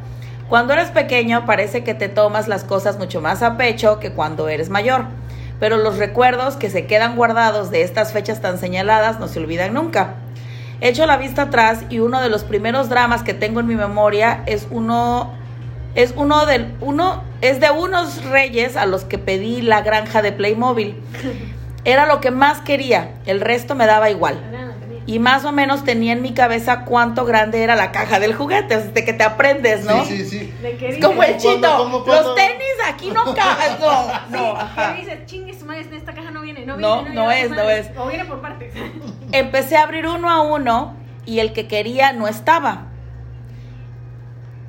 S3: Cuando eres pequeño parece que te tomas las cosas mucho más a pecho que cuando eres mayor, pero los recuerdos que se quedan guardados de estas fechas tan señaladas no se olvidan nunca. Echo la vista atrás y uno de los primeros dramas que tengo en mi memoria es uno es uno del uno es de unos reyes a los que pedí la granja de Playmobil. Era lo que más quería, el resto me daba
S1: Ah,
S3: igual
S2: sí.
S3: y más o menos tenía en mi cabeza cuánto grande era la caja del juguete, o sea, de que te aprendes, ¿no?
S1: Sí, sí, sí.
S2: ¿De qué
S3: Es
S2: dices?
S3: como el
S1: ¿Cómo, cuándo,
S3: chito,
S1: cómo, cuándo?
S3: los tenis aquí no cajas, no,
S2: Sí,
S3: no,
S2: ¿qué
S3: ajá.
S2: dices? Chingue su madre, en esta caja no viene, no viene.
S3: No, no
S2: viene,
S3: es,
S2: su
S3: no
S2: madre.
S3: es.
S2: O viene por partes.
S3: Empecé a abrir uno a uno y el que quería no estaba.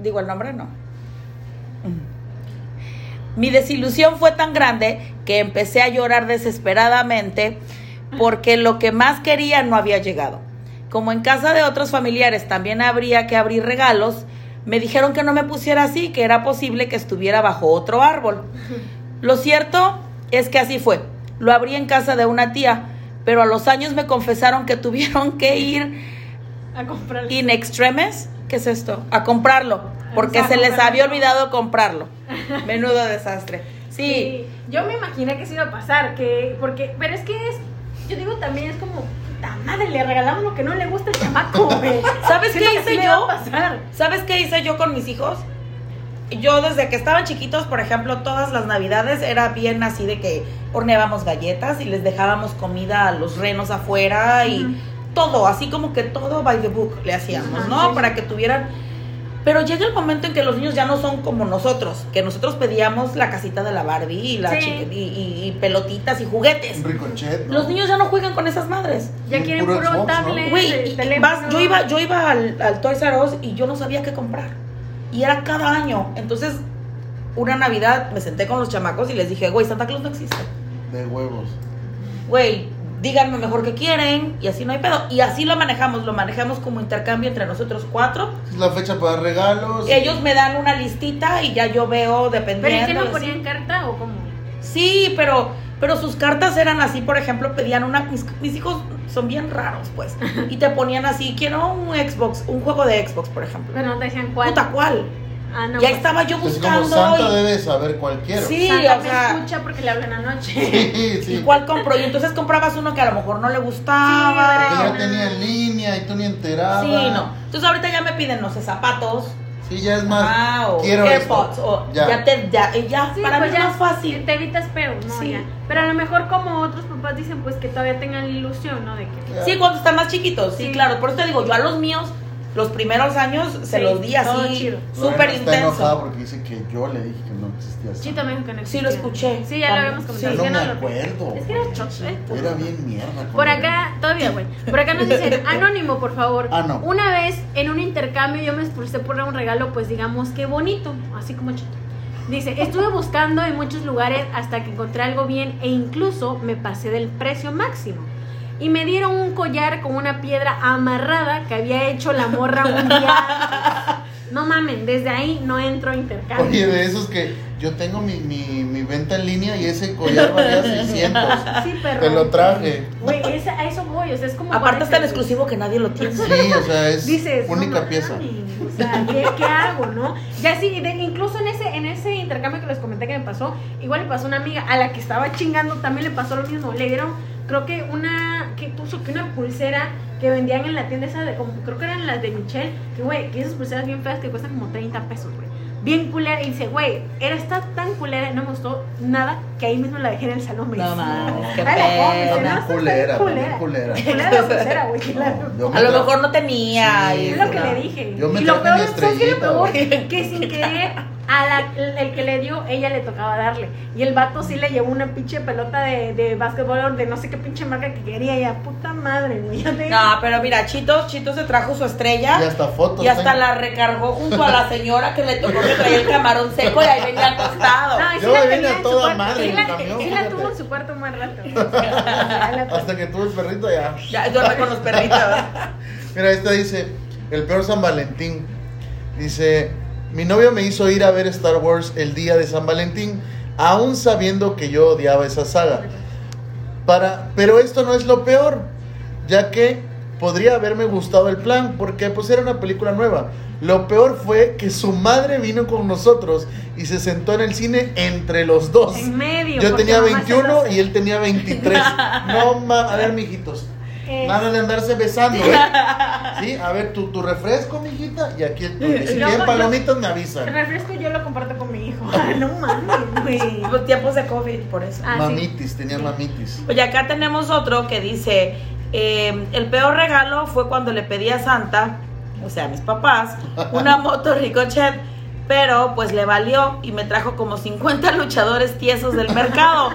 S3: Digo el nombre, no. Mm. Mi desilusión fue tan grande que empecé a llorar desesperadamente porque lo que más quería no había llegado. Como en casa de otros familiares también habría que abrir regalos, me dijeron que no me pusiera así, que era posible que estuviera bajo otro árbol. Lo cierto es que así fue. Lo abrí en casa de una tía, pero a los años me confesaron que tuvieron que ir
S2: A comprar.
S3: in extremes, ¿qué es esto? A comprarlo, porque
S2: Ah,
S3: se les
S2: comprarlo.
S3: había olvidado comprarlo. Menudo desastre. Sí,
S2: Sí, yo me imaginé que se iba a pasar, que porque, pero es que es, yo digo también es como, puta madre, le regalamos lo que no le gusta al chamaco, güey.
S3: ¿Sabes
S2: Siento
S3: qué
S2: que
S3: hice
S2: así me
S3: yo?
S2: va a pasar.
S3: ¿Sabes qué hice yo con mis hijos? yo desde que estaban chiquitos, por ejemplo, todas las navidades era bien así de que horneábamos galletas y les dejábamos comida a los renos afuera y
S2: Ujú.
S3: todo, así como que todo by the book le hacíamos,
S2: Ajá,
S3: ¿no?
S2: sí, sí.
S3: Para que tuvieran... Pero llega el momento en que los niños ya no son como nosotros, que nosotros pedíamos la casita de la Barbie y, la
S2: Sí.
S3: chique- y, y- y pelotitas y juguetes.
S1: Un ricochet, ¿no?
S3: Los niños ya no juegan con esas madres.
S2: Ya
S1: Un
S2: quieren
S1: puro
S2: puro,
S1: Xbox, ¿no?
S2: tablet,
S3: Güey, y-
S2: teléfono.
S3: vas- yo iba, yo iba al, al Toys R Us y yo no sabía qué comprar. Y era cada año. Entonces, una Navidad me senté con los chamacos y les dije, güey, Santa Claus no existe.
S1: De huevos.
S3: Güey, díganme mejor qué quieren y así no hay pedo. Y así lo manejamos, lo manejamos como intercambio entre nosotros cuatro.
S1: Es la fecha para regalos.
S3: Ellos me dan una listita y ya yo veo
S2: ¿Pero
S3: dependiendo.
S2: y qué no
S3: y así.
S2: ponían carta o cómo?
S3: Sí, pero, pero sus cartas eran así, por ejemplo, pedían una. Mis, mis hijos son bien raros, pues. Y te ponían así, quiero un Xbox, un juego de Xbox, por ejemplo.
S2: Pero no te decían cuál.
S3: Puta, ¿cuál?
S2: Ah, no.
S3: y ahí
S2: pues,
S3: estaba yo
S1: Es como
S3: buscando.
S1: Santa
S3: y-
S1: debe saber cualquiera.
S3: Sí,
S2: Santa
S3: o
S2: me
S3: sea.
S2: escucha porque le hablan anoche.
S1: Sí,
S3: ¿Y
S1: sí.
S3: cuál compró? Y entonces comprabas uno que a lo mejor no le gustaba.
S1: Que ya
S2: Ah.
S1: tenía en línea y tú ni enterabas.
S3: Sí, no. Entonces ahorita ya me piden, no sé, zapatos.
S1: Sí, ya es más.
S3: ah, o
S1: quiero
S3: AirPods.
S1: esto.
S3: O
S1: Ya.
S3: ya. te. Ya, ya,
S2: Sí,
S3: para
S2: pues
S3: mí es
S2: ya
S3: más fácil.
S2: Te evitas pedos, ¿no?
S3: Sí.
S2: Ya. Pero a lo mejor como otros papás dicen, pues que todavía tengan la ilusión, ¿no? De que...
S1: Ya.
S3: Sí, cuando están más chiquitos, sí,
S2: Sí.
S3: claro. Por eso te digo, yo a los míos, los primeros años, se
S2: Sí,
S3: los di
S2: todo
S3: así,
S2: chido.
S1: Lorena
S3: súper
S1: está enojada
S3: intenso.
S1: porque dice que yo le dije que no existía Santa.
S2: Chito me dijo que no
S3: Sí, lo
S2: existía.
S3: escuché.
S2: Sí, ya lo habíamos
S3: Sí.
S2: comentado.
S1: Yo no
S2: Ya
S1: me
S2: lo-
S1: acuerdo.
S2: Es que era chocho, eh, puto.
S1: Era bien mierda. con
S2: Por
S1: él.
S2: acá, todavía, güey. Por acá nos dicen, anónimo, por favor.
S1: Ah, no.
S2: Una vez en un intercambio yo me esforcé por un regalo, pues digamos que bonito, así como chito. Dice, estuve buscando en muchos lugares hasta que encontré algo bien e incluso me pasé del precio máximo. Y me dieron un collar con una piedra amarrada que había hecho la morra un día. antes. No mamen, desde ahí no entro a intercambio.
S1: Oye, de esos que yo tengo mi, mi, mi venta en línea y ese collar valía 600.
S2: sí, perro.
S1: Te lo traje.
S2: Güey, es- a eso voy, o sea, es como...
S3: Aparte es tan
S2: pareja, güey.
S3: exclusivo que nadie lo tiene.
S1: Sí, o sea, es
S2: dices no
S1: única
S2: mames,
S1: pieza.
S2: o sea, ¿qué, qué hago no ya sí de- incluso en ese en ese intercambio que les comenté que me pasó igual le pasó a una amiga a la que estaba chingando también le pasó lo mismo le dieron creo que una que puso que una pulsera que vendían en la tienda esa de como creo que eran las de Michelle que güey que esas pulseras bien feas que cuestan como 30 pesos güey bien culera y dice güey era está tan culera no me gustó nada que ahí mismo la dejé en el salón me
S3: No
S2: dice.
S3: mames, qué
S2: Ay, la
S1: También
S2: pobre, ¿no?
S3: Ah, pena.
S2: Está
S1: culera,
S2: culera.
S1: también culera.
S2: Culera la pulsera pues güey que la-
S1: No, yo me
S3: A lo
S1: tra-
S3: mejor no tenía.
S1: Sí.
S3: y-
S2: es lo que
S1: no.
S2: le dije.
S1: Yo me
S2: y lo
S1: traje mi
S2: peor, ¿sabes qué es lo
S1: estrellita,
S2: peor?
S3: güey.
S2: Que sin querer, a la- el que le dio, ella le tocaba darle. Y el vato sí le llevó una pinche pelota de, de básquetbol o de no sé qué pinche marca que quería. Ya, puta madre, güey. ya te-
S3: No, pero mira, Chito, Chito se trajo su estrella.
S1: Y hasta fotos.
S3: Y hasta
S1: tengo.
S3: la recargó junto a la señora que le tocó que traía el camarón seco y ahí venía acostado.
S2: No, y sí
S1: Yo
S2: la
S1: me vine
S2: tenía
S1: a
S2: en
S1: toda
S2: su cuarto.
S1: madre
S2: Sí
S1: en
S2: la,
S1: el camión,
S2: sí la
S1: fíjate.
S2: tuvo en su cuarto un buen rato. Ya la-
S1: Hasta que tuve el perrito ya.
S3: Ya, duerme con los perritos.
S1: Mira, esta dice, el peor San Valentín. Dice, mi novio me hizo ir a ver Star Wars el día de San Valentín, aún sabiendo que yo odiaba esa saga. Para, pero esto no es lo peor, ya que podría haberme gustado el plan, porque pues era una película nueva. Lo peor fue que su madre vino con nosotros y se sentó en el cine entre los dos.
S2: En medio.
S1: Yo
S2: porque
S1: tenía
S2: mamá
S1: 21
S2: celosa.
S1: y él tenía 23. No, ma- a ver, mijitos.
S2: Eh,
S1: Nada de andarse besando, ¿eh? Sí, a ver, tu, tu refresco, mijita, y aquí el tuyo. Si
S2: Yo-
S1: quieren
S2: yo-
S1: palomitas, me
S2: el
S1: avisan.
S2: refresco yo lo comparto con mi hijo. No mames, güey.
S3: Los tiempos de COVID, por eso.
S2: Ah, sí.
S1: Mamitis, tenía mamitis.
S3: Oye, Pues acá tenemos otro que dice, eh, el peor regalo fue cuando le pedí a Santa, o sea, a mis papás, una moto ricochet, pero pues le valió y me trajo como 50 luchadores tiesos del mercado,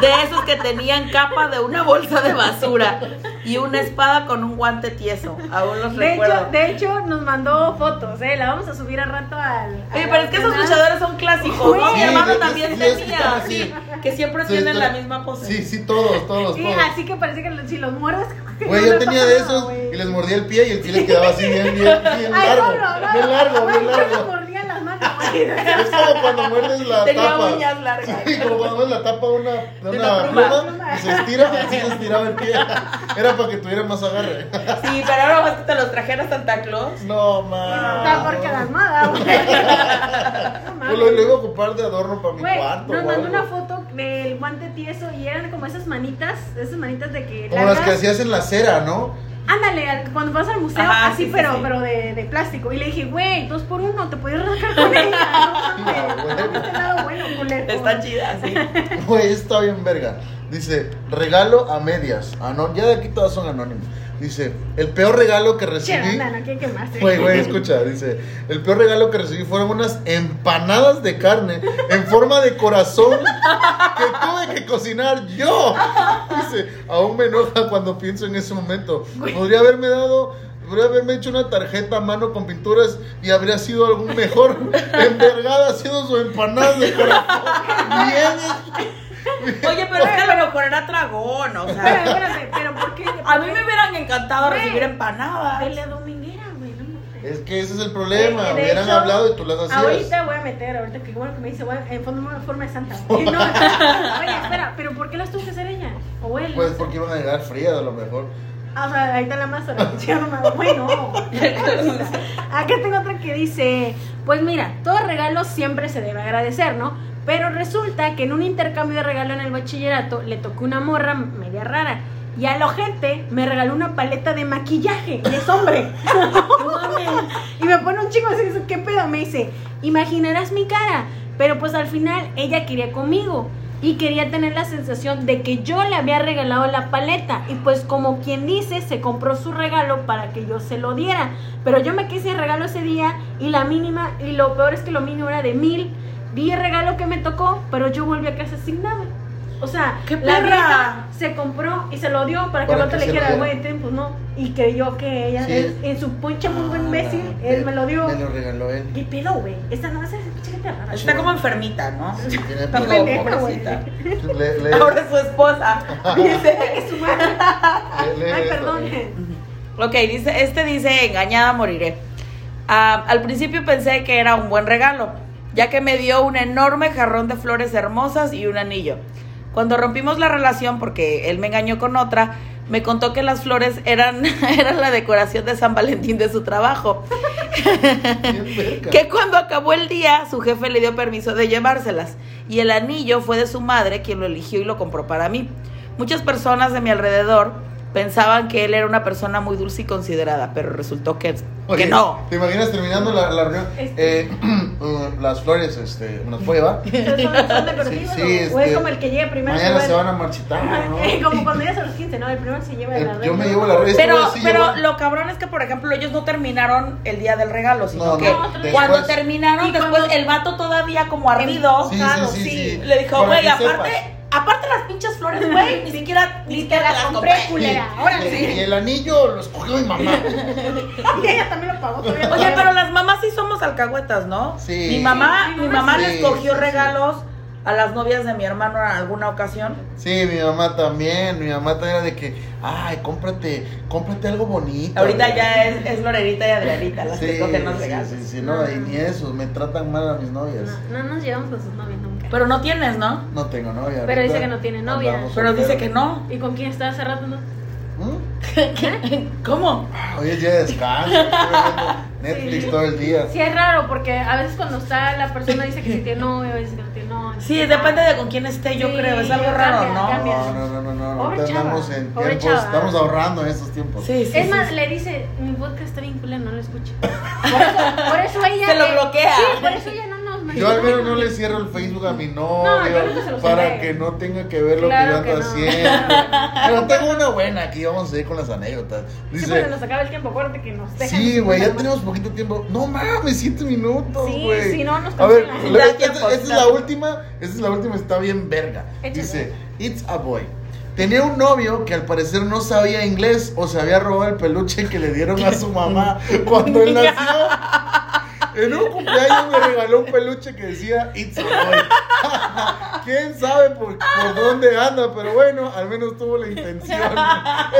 S3: de esos que tenían capa de una bolsa de basura y una espada con un guante tieso. Aún los
S2: De hecho,
S3: recuerdo.
S2: de hecho, nos mandó fotos, ¿eh? La vamos a subir al rato al.
S3: Oye,
S2: al
S3: pero es que esos
S2: canal.
S3: luchadores son clásicos, ¿no?
S2: Güey.
S3: Mi hermano
S1: Sí,
S3: también
S1: sí, es que están
S3: tenía,
S1: así.
S3: que siempre
S1: Sí,
S3: tienen la
S1: están-
S3: misma pose.
S1: Sí, sí, todos, todos,
S2: Sí,
S1: todos.
S2: así que parece que los- si los muerdes.
S1: Güey, yo tenía de esos y les mordía el pie y el pie les quedaba así bien, bien, bien largo. Bien largo, bien
S2: Yo les
S1: largo.
S2: mordía las manos, güey.
S1: Es como cuando muerdes la
S3: Tenía
S1: tapa.
S3: uñas largas.
S1: Sí, como cuando muerdes la tapa de una, de
S3: De
S1: una
S3: una pluma.
S1: pluma y se estira, así se estiraba el pie. Era para que tuviera más agarre.
S3: Sí, pero ahora vas que te los trajeron Santa Claus.
S1: No,
S2: Está
S1: man.
S2: porque las madas,
S1: Yo
S2: güey.
S1: lo, lo iba a ocupar de adorno para mi
S2: Güey,
S1: cuarto.
S2: nos
S1: o
S2: mandó
S1: algo.
S2: una foto del guante tieso y eran como esas manitas, esas manitas de que.
S1: Como las
S2: largas.
S1: que hacías en la cera, ¿no?
S2: ándale, al- cuando vas al museo,
S3: Ajá,
S2: así,
S3: sí, sí,
S2: pero,
S3: sí.
S2: pero de, de plástico. Y le dije, güey, dos por uno, te podías rascar con ella. No,
S1: Ah,
S2: mames,
S1: bueno.
S2: dame este lado bueno, culero.
S3: Está chida, sí.
S1: Güey, está bien verga. Dice, regalo a medias. Ano- ya de aquí todas son anónimas. Dice, el peor regalo que
S2: Che,
S1: recibí.
S2: anda, no quiere quemarse.
S1: Güey, güey, escucha, dice, el peor regalo que recibí fueron unas empanadas de carne en forma de corazón que tuve que cocinar yo. Dice, aún me enoja cuando pienso en ese momento. Podría haberme dado, podría haberme hecho una tarjeta a mano con pinturas y habría sido algún mejor. Envergada haciendo su empanada de corazón. Bien.
S3: Oye, pero es que a lo mejor era tragón, o
S2: Pero,
S3: sea.
S2: espérate, pero ¿por qué?
S3: A mí me hubieran encantado
S2: Güey.
S3: recibir empanadas.
S2: De la dominguera, güey, no mames.
S1: Es que ese es el problema.
S2: De- de
S1: Hubieran
S2: hecho,
S1: hablado y tú las hacías.
S2: Ahorita voy a meter, ahorita que bueno que me dice, voy a- en forma, forma de santa. Eh, no, oye, espera, pero ¿por qué las tuvo que hacer ella? O él.
S1: Pues porque iban a llegar frías a lo mejor.
S2: Ah, o sea, ahí está la masa, la pinche mamada. Bueno. Acá tengo otra que dice, pues mira, todo regalo siempre se debe agradecer, ¿no? Pero resulta que en un intercambio de regalo en el bachillerato le tocó una morra media rara. Y a la gente me regaló una paleta de maquillaje y es hombre. y me pone un chico así, dice, ¿qué pedo? Me dice, imaginarás mi cara. Pero pues al final ella quería conmigo y quería tener la sensación de que yo le había regalado la paleta. Y pues como quien dice, se compró su regalo para que yo se lo diera. Pero yo me quise el regalo ese día y la mínima, y lo peor es que lo mínimo era de mil. Vi el regalo que me tocó, pero yo volví a casa sin nada. O sea,
S3: ¡Qué
S2: la
S3: perra!
S2: vieja se compró y se lo dio para que
S1: Para
S2: no te
S1: que se
S2: le
S1: lo
S2: dijera,
S1: diera.
S2: güey, ten, pues no. Y creyó que ella,
S1: Sí.
S2: él- en su pinche mundo imbécil, él me lo dio.
S1: Me Ah, lo regaló él.
S2: ¿Qué pedo, güey? Esta no va a ser pinche gente rara.
S3: Está como enfermita, ¿no?
S1: Sí, tiene
S3: Está
S1: pelo.
S2: pendeja,
S3: pobrecita.
S1: Le- le-
S3: Ahora es su esposa. Dice.
S2: Su madre.
S1: le- le-
S2: Ay,
S1: le-
S2: perdón.
S3: Ok, dice, este dice, engañada moriré. Ah, al principio pensé que era un buen regalo, ya que me dio un enorme jarrón de flores hermosas y un anillo. Cuando rompimos la relación, porque él me engañó con otra, me contó que las flores eran, eran la decoración de San Valentín de su trabajo,
S1: Bien verga.
S3: que cuando acabó el día su jefe le dio permiso de llevárselas, y el anillo fue de su madre quien lo eligió y lo compró para mí. Muchas personas de mi alrededor pensaban que él era una persona muy dulce y considerada, pero resultó que,
S1: Oye,
S3: que no.
S1: ¿Te imaginas terminando la, la reunión?
S2: Este.
S1: Eh, uh, las flores, este, una prueba.
S2: Entonces, ¿Son, son
S1: Sí, sí,
S2: decorativos o, o es
S1: este,
S2: como el que llega primero?
S1: Mañana
S2: se
S1: se
S2: va-
S1: van a marchitar, ¿no?
S2: Eh, como cuando llegas a los 15, ¿no? El primero se lleva
S1: Eh,
S2: la
S1: yo
S2: regla.
S1: me llevo la regla.
S3: Pero,
S1: Esto sí
S3: pero
S1: llevó-
S3: lo cabrón es que, por ejemplo, ellos no terminaron el día del regalo, sino
S1: No,
S3: que
S2: no, después-
S3: cuando
S2: Y
S3: terminaron, después
S2: cuando-
S3: el vato todavía como ardido,
S1: Sí, sí,
S2: claro,
S1: sí,
S2: sí.
S1: sí.
S3: le dijo,
S1: Para
S3: güey,
S1: que
S3: aparte,
S1: sepas.
S3: aparte las pinches flores, güey, ni siquiera ni
S2: Ni te
S3: siquiera
S2: la compré, culera. Ahora
S1: Y- Y
S2: sí.
S1: el anillo lo escogió mi mamá.
S2: Y ella también lo pagó todavía.
S3: Oye, pero las mamás sí somos alcahuetas, ¿no?
S1: Sí.
S3: Mi mamá,
S2: Sí,
S3: mi mamá
S1: sí,
S3: les cogió
S1: sí, sí.
S3: regalos a las novias de mi hermano en alguna ocasión.
S1: Sí, mi mamá también. Mi mamá también era de que, ay, cómprate, cómprate algo bonito.
S3: Ahorita ya es, es Lorerita y Adrianita las que
S1: Sí,
S3: cogen los
S1: sí,
S3: regalos.
S1: sí, sí, no, y ni eso, me tratan mal a mis novias.
S2: No, no nos llevamos con sus novias nunca.
S3: Pero no tienes, ¿no?
S1: No tengo novia.
S2: Pero
S1: ahorita.
S2: dice que no tiene novia.
S1: Andamos
S3: Pero dice
S1: solteros.
S3: que no.
S2: ¿Y con quién está hace rato? No?
S1: ¿Mm?
S3: ¿Cómo?
S1: Hoy es día de descanso. estoy viendo Netflix
S2: Sí.
S1: todo el día.
S2: Sí, es raro porque a veces cuando está la persona dice que sí tiene novio, a veces que no tiene novio.
S3: Sí, depende de con quién esté, yo
S2: Sí,
S3: creo. Es algo raro,
S2: cambia,
S3: ¿no?
S2: cambia.
S1: No, no, no, no, no.
S2: Pobre
S1: ahorita
S2: chava,
S1: andamos en
S2: pobre
S1: tiempos,
S2: chava.
S1: estamos ahorrando en estos tiempos.
S3: Sí, sí.
S2: Es
S3: sí,
S2: más,
S3: sí.
S2: le dice, mi podcast está bien culero, no lo escucha. Por eso, por eso ella...
S3: Se lo
S2: le-
S3: bloquea.
S2: Sí, por eso ella no nos
S1: Yo al menos no
S2: menciona.
S1: le cierro el Facebook a mi
S2: No, yo
S1: novio
S2: ahorita se lo
S1: para
S2: cerré.
S1: que no tenga que ver lo
S2: Claro
S1: que yo ando
S2: que no.
S1: haciendo. Pero tengo una buena aquí, vamos a seguir con las anécdotas.
S2: Sí, porque
S1: Dice,
S2: nos acaba el tiempo, acuérdate que nos dejan.
S1: sí, güey, ya tenemos poquito tiempo. No mames, siete minutos,
S2: Sí,
S1: güey.
S2: si no, nos
S1: A ver,
S2: cancelan.
S1: le-
S3: Da
S1: esta,
S3: tiempo,
S1: esta es
S3: da
S1: la
S3: tiempo.
S1: última, esta es la última, está bien verga.
S2: Échale.
S1: Dice, It's a boy. Tenía un novio que al parecer no sabía inglés o se había robado el peluche que le dieron a su mamá cuando él nació. En un cumpleaños me regaló un peluche que decía It's a boy. Quién sabe por, por dónde anda, pero bueno, al menos tuvo la intención.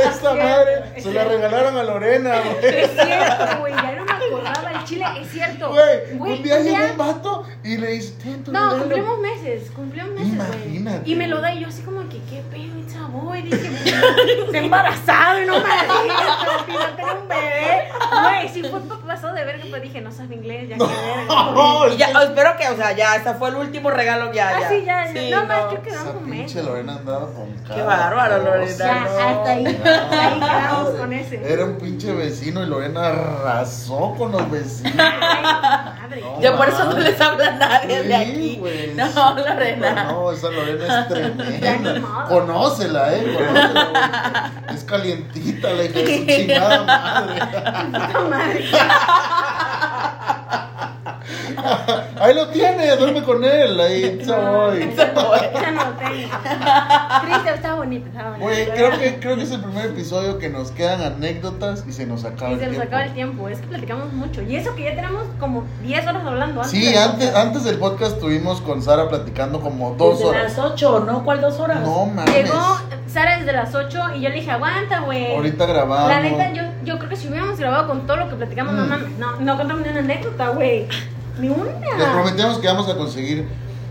S1: Esta madre se la regalaron a Lorena, güey.
S2: Es cierto, güey, ya no me acordaba el chile, es cierto.
S1: Güey,
S2: Güey,
S1: un día
S2: un día-
S1: llegó un vato y le dice, "Ten tu
S2: No,
S1: regalo".
S2: cumplimos meses, cumplimos meses, güey.
S1: Imagínate.
S2: Y me lo da y yo así como que, qué pedo, it's a boy. Dije, se embarazado y no me la digas, pero al final tengo un bebé. Güey, sí fue un poco pasado de verga, pero dije, no sabe inglés, ya
S1: No.
S2: que verga.
S1: No,
S3: Y ya, espero que, o sea, ya, ese fue el último regalo que ya.
S2: Ah,
S3: ya.
S2: sí, ya, ya.
S3: Sí,
S2: no, más,
S3: no.
S2: creo que era
S1: Esa
S2: un
S1: pinche
S2: momento.
S1: Lorena andaba con cara.
S3: bárbaro, Lorena.
S2: Ya,
S3: No.
S2: hasta ahí, hasta ahí quedamos con ese.
S1: Era un pinche vecino y Lorena arrasó con los vecinos.
S2: Ay, Ah, madre.
S1: No.
S3: Ya por eso no les habla nadie de
S1: Sí,
S3: aquí.
S1: güey,
S3: no,
S1: sí,
S3: Lorena.
S1: No, esa Lorena es
S2: Ya ni
S1: tremenda.
S2: modo.
S1: Conócela, eh. Conócela, güey. es calientita la hija de su chingada madre.
S2: Puta madre.
S1: Ahí lo tiene, duerme con él. Ahí se voy.
S2: Ya no lo tengo. Triste, estaba bonito, estaba bonito.
S1: Güey, creo que, creo que es el primer episodio que nos quedan anécdotas y se nos acaba
S2: Y
S1: el
S2: se nos
S1: tiempo.
S2: acaba el tiempo, es que platicamos mucho. Y eso que ya tenemos como 10 horas hablando antes.
S1: Sí,
S2: del
S1: antes,
S2: podcast.
S1: antes del podcast estuvimos con Sara platicando como dos
S3: Desde
S1: horas.
S3: las 8, ¿no? ¿Cuál dos horas?
S1: No mames.
S2: Llegó Sara desde las 8 y yo le dije, aguanta, güey.
S1: Ahorita grabamos.
S2: eh, La neta, yo, yo creo que si hubiéramos grabado con todo lo que platicamos, no
S1: Mm.
S2: mames, no, no contamos ni una anécdota, güey. Ni
S1: Les
S2: una.
S1: prometemos que vamos a conseguir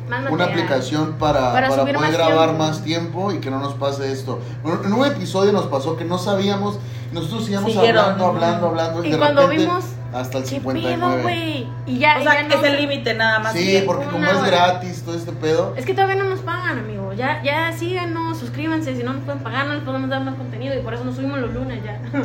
S2: Más
S1: una
S2: material.
S1: aplicación para,
S2: Para
S1: para,
S2: subir
S1: poder
S2: más
S1: grabar
S2: tiempo.
S1: más tiempo y que no nos pase esto. En en un episodio nos pasó que no sabíamos, nosotros íbamos
S3: Siguieron.
S1: hablando, hablando, hablando.
S2: Y
S1: de
S2: cuando
S1: repente,
S2: vimos,
S1: hasta el
S2: ¿Qué pedo,
S1: 59.
S2: güey? Y ya,
S3: O
S2: y
S3: sea,
S2: ya no-
S3: es el límite nada más.
S1: Sí, porque
S2: una
S1: como es
S2: hora.
S1: gratis todo este pedo.
S2: Es que todavía no nos pagan, amigo. Ya, ya síganos, suscríbanse. Si no nos pueden pagar, no les podemos dar más contenido. Y por eso nos subimos los lunes ya. no,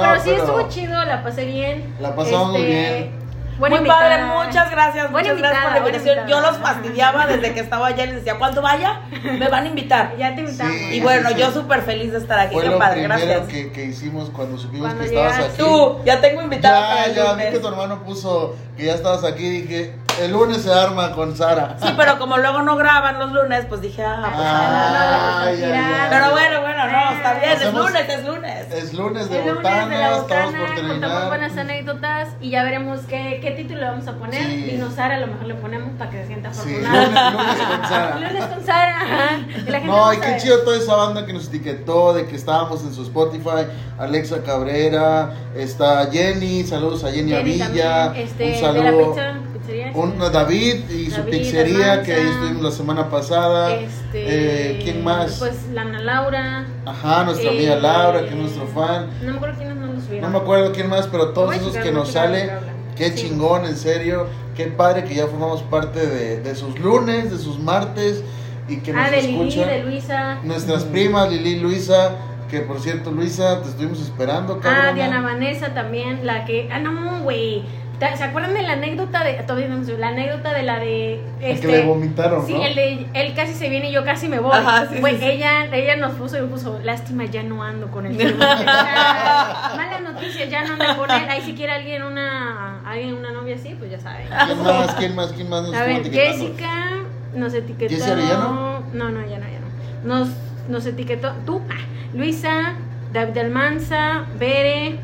S2: pero sí
S1: pero-
S2: estuvo chido, la pasé bien.
S1: La pasamos muy bien.
S2: buena
S3: Muy
S2: invitada.
S3: padre, muchas gracias,
S2: Buena
S3: muchas gracias por
S2: invitada,
S3: la
S2: buena
S3: invitación. Yo
S2: invitada.
S3: los fastidiaba desde que estaba allá y les decía, cuando vaya, me van a invitar.
S2: Ya te invitamos.
S1: Sí.
S3: Y bueno,
S1: Sí, sí,
S3: yo
S1: sí.
S3: súper feliz de estar aquí,
S1: Fue
S3: qué
S1: lo
S3: padre,
S1: primero
S3: gracias.
S1: que, que hicimos cuando supimos
S2: Cuando
S1: que estabas
S2: llegaste.
S1: aquí.
S3: Tú, ya tengo invitado para
S1: Ya,
S3: el
S1: ya, vi
S3: lunes.
S1: que tu hermano puso que ya estabas aquí y dije, el lunes se arma con Sara.
S3: Sí, pero como luego no graban los lunes, pues dije, ah, pues,
S1: Ah,
S2: Ay,
S1: ya, ya.
S3: Pero bueno, bueno, no, está bien, es
S1: Hacemos-
S3: lunes, es lunes.
S1: Es lunes de
S2: El lunes
S1: botana,
S2: de la
S1: estamos
S2: botana,
S1: por
S2: contamos
S1: terminar.
S2: buenas anécdotas y ya veremos qué, qué título le vamos a poner.
S1: Sí.
S2: Dino Sara, a lo mejor le ponemos para que se sienta
S1: Sí,
S2: afortunada.
S1: lunes- lunes con Sara.
S2: Lunes con Sara. ajá. Y la gente
S1: No,
S2: va a
S1: y qué
S2: saber.
S1: chido toda esa banda que nos etiquetó de que estábamos en su Spotify. Alexa Cabrera, está Jenny, saludos a Jenny,
S2: Jenny
S1: Avilla.
S2: también, este,
S1: un
S2: De la
S1: saludo.
S2: pizza, pizzería,
S1: Un,
S2: sí.
S1: David y su
S2: David,
S1: pizzería que ahí
S2: Armanza.
S1: estuvimos la semana pasada.
S2: Este,
S1: Eh, ¿Quién más?
S2: Pues Lana Laura.
S1: Ajá, nuestra amiga
S2: eh,
S1: Laura, que es nuestro fan.
S2: No me acuerdo quiénes no los vieron.
S1: No me acuerdo quién más, pero todos
S2: Voy a
S1: esos
S2: checar,
S1: que
S2: voy a
S1: nos
S2: checar,
S1: sale,
S2: voy a hablar.
S1: qué
S2: Sí.
S1: chingón, en serio, qué padre que ya formamos parte de, de sus lunes, de sus martes y que
S2: Ah,
S1: nos
S2: de Lili,
S1: escuchan.
S2: de Luisa.
S1: Nuestras primas, Lili y Luisa, que por cierto, Luisa, te estuvimos esperando, cabrona.
S2: Ah, Diana Vanessa también, la que. Ah, no, güey. Ta- ¿Se acuerdan de la anécdota de. Todavía no me subo, La anécdota de la de.
S1: El
S2: Este,
S1: que le vomitaron,
S2: Sí,
S1: ¿no?
S2: el de él casi se viene y yo casi me voy.
S3: Ajá, sí,
S2: Güey,
S3: sí, sí.
S2: ella, ella nos puso y me puso, lástima, ya no ando con el primo". O sea, Mala noticia, ya no ando con él. Ahí si quiere alguien una, alguien una novia así, pues ya saben.
S1: ¿Quién más? ¿Quién más? ¿Quién más nos
S2: A
S1: estuvo
S2: ver,
S1: etiquetando?
S2: Jessica nos etiquetó.
S1: ¿Jessie Arellano?
S2: No, no, ya no, ya no. Nos, nos etiquetó tú, ah, Luisa, David Almanza, Bere,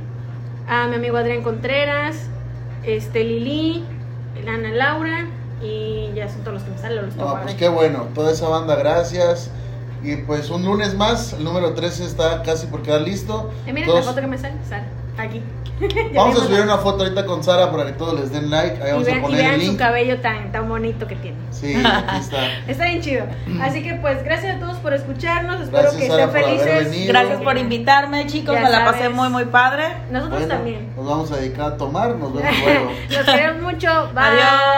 S2: a mi amigo Adrián Contreras, este Lili, Ana Laura y ya son todos los que me salen. Los
S1: No,
S2: topo
S1: pues
S2: ahora.
S1: qué bueno, toda esa banda, gracias. Y pues un lunes más, el número 13 está casi por quedar listo.
S2: Eh, miren
S1: Todos-
S2: la foto que me sale, sale aquí. Ya
S1: Vamos a
S2: vimos
S1: subir
S2: la-
S1: una foto ahorita con Sara para que todos les den like. Ahí
S2: Y
S1: vamos a
S2: vean, y
S1: poner el
S2: vean su
S1: link.
S2: cabello tan, tan bonito que tiene.
S1: Sí, aquí está.
S2: Está bien chido. Así que pues gracias a todos por escucharnos. Espero
S1: Mm. Gracias,
S2: que
S1: Sara,
S2: estén
S1: por haber
S2: felices.
S1: venido.
S3: Gracias por invitarme, chicos,
S2: Ya
S3: me la pasé
S2: sabes.
S3: muy, muy padre.
S2: Nosotros
S1: Bueno,
S2: también.
S1: Nos vamos a dedicar a tomar, nos vemos luego.
S2: Los queremos mucho. Bye.
S3: Adiós.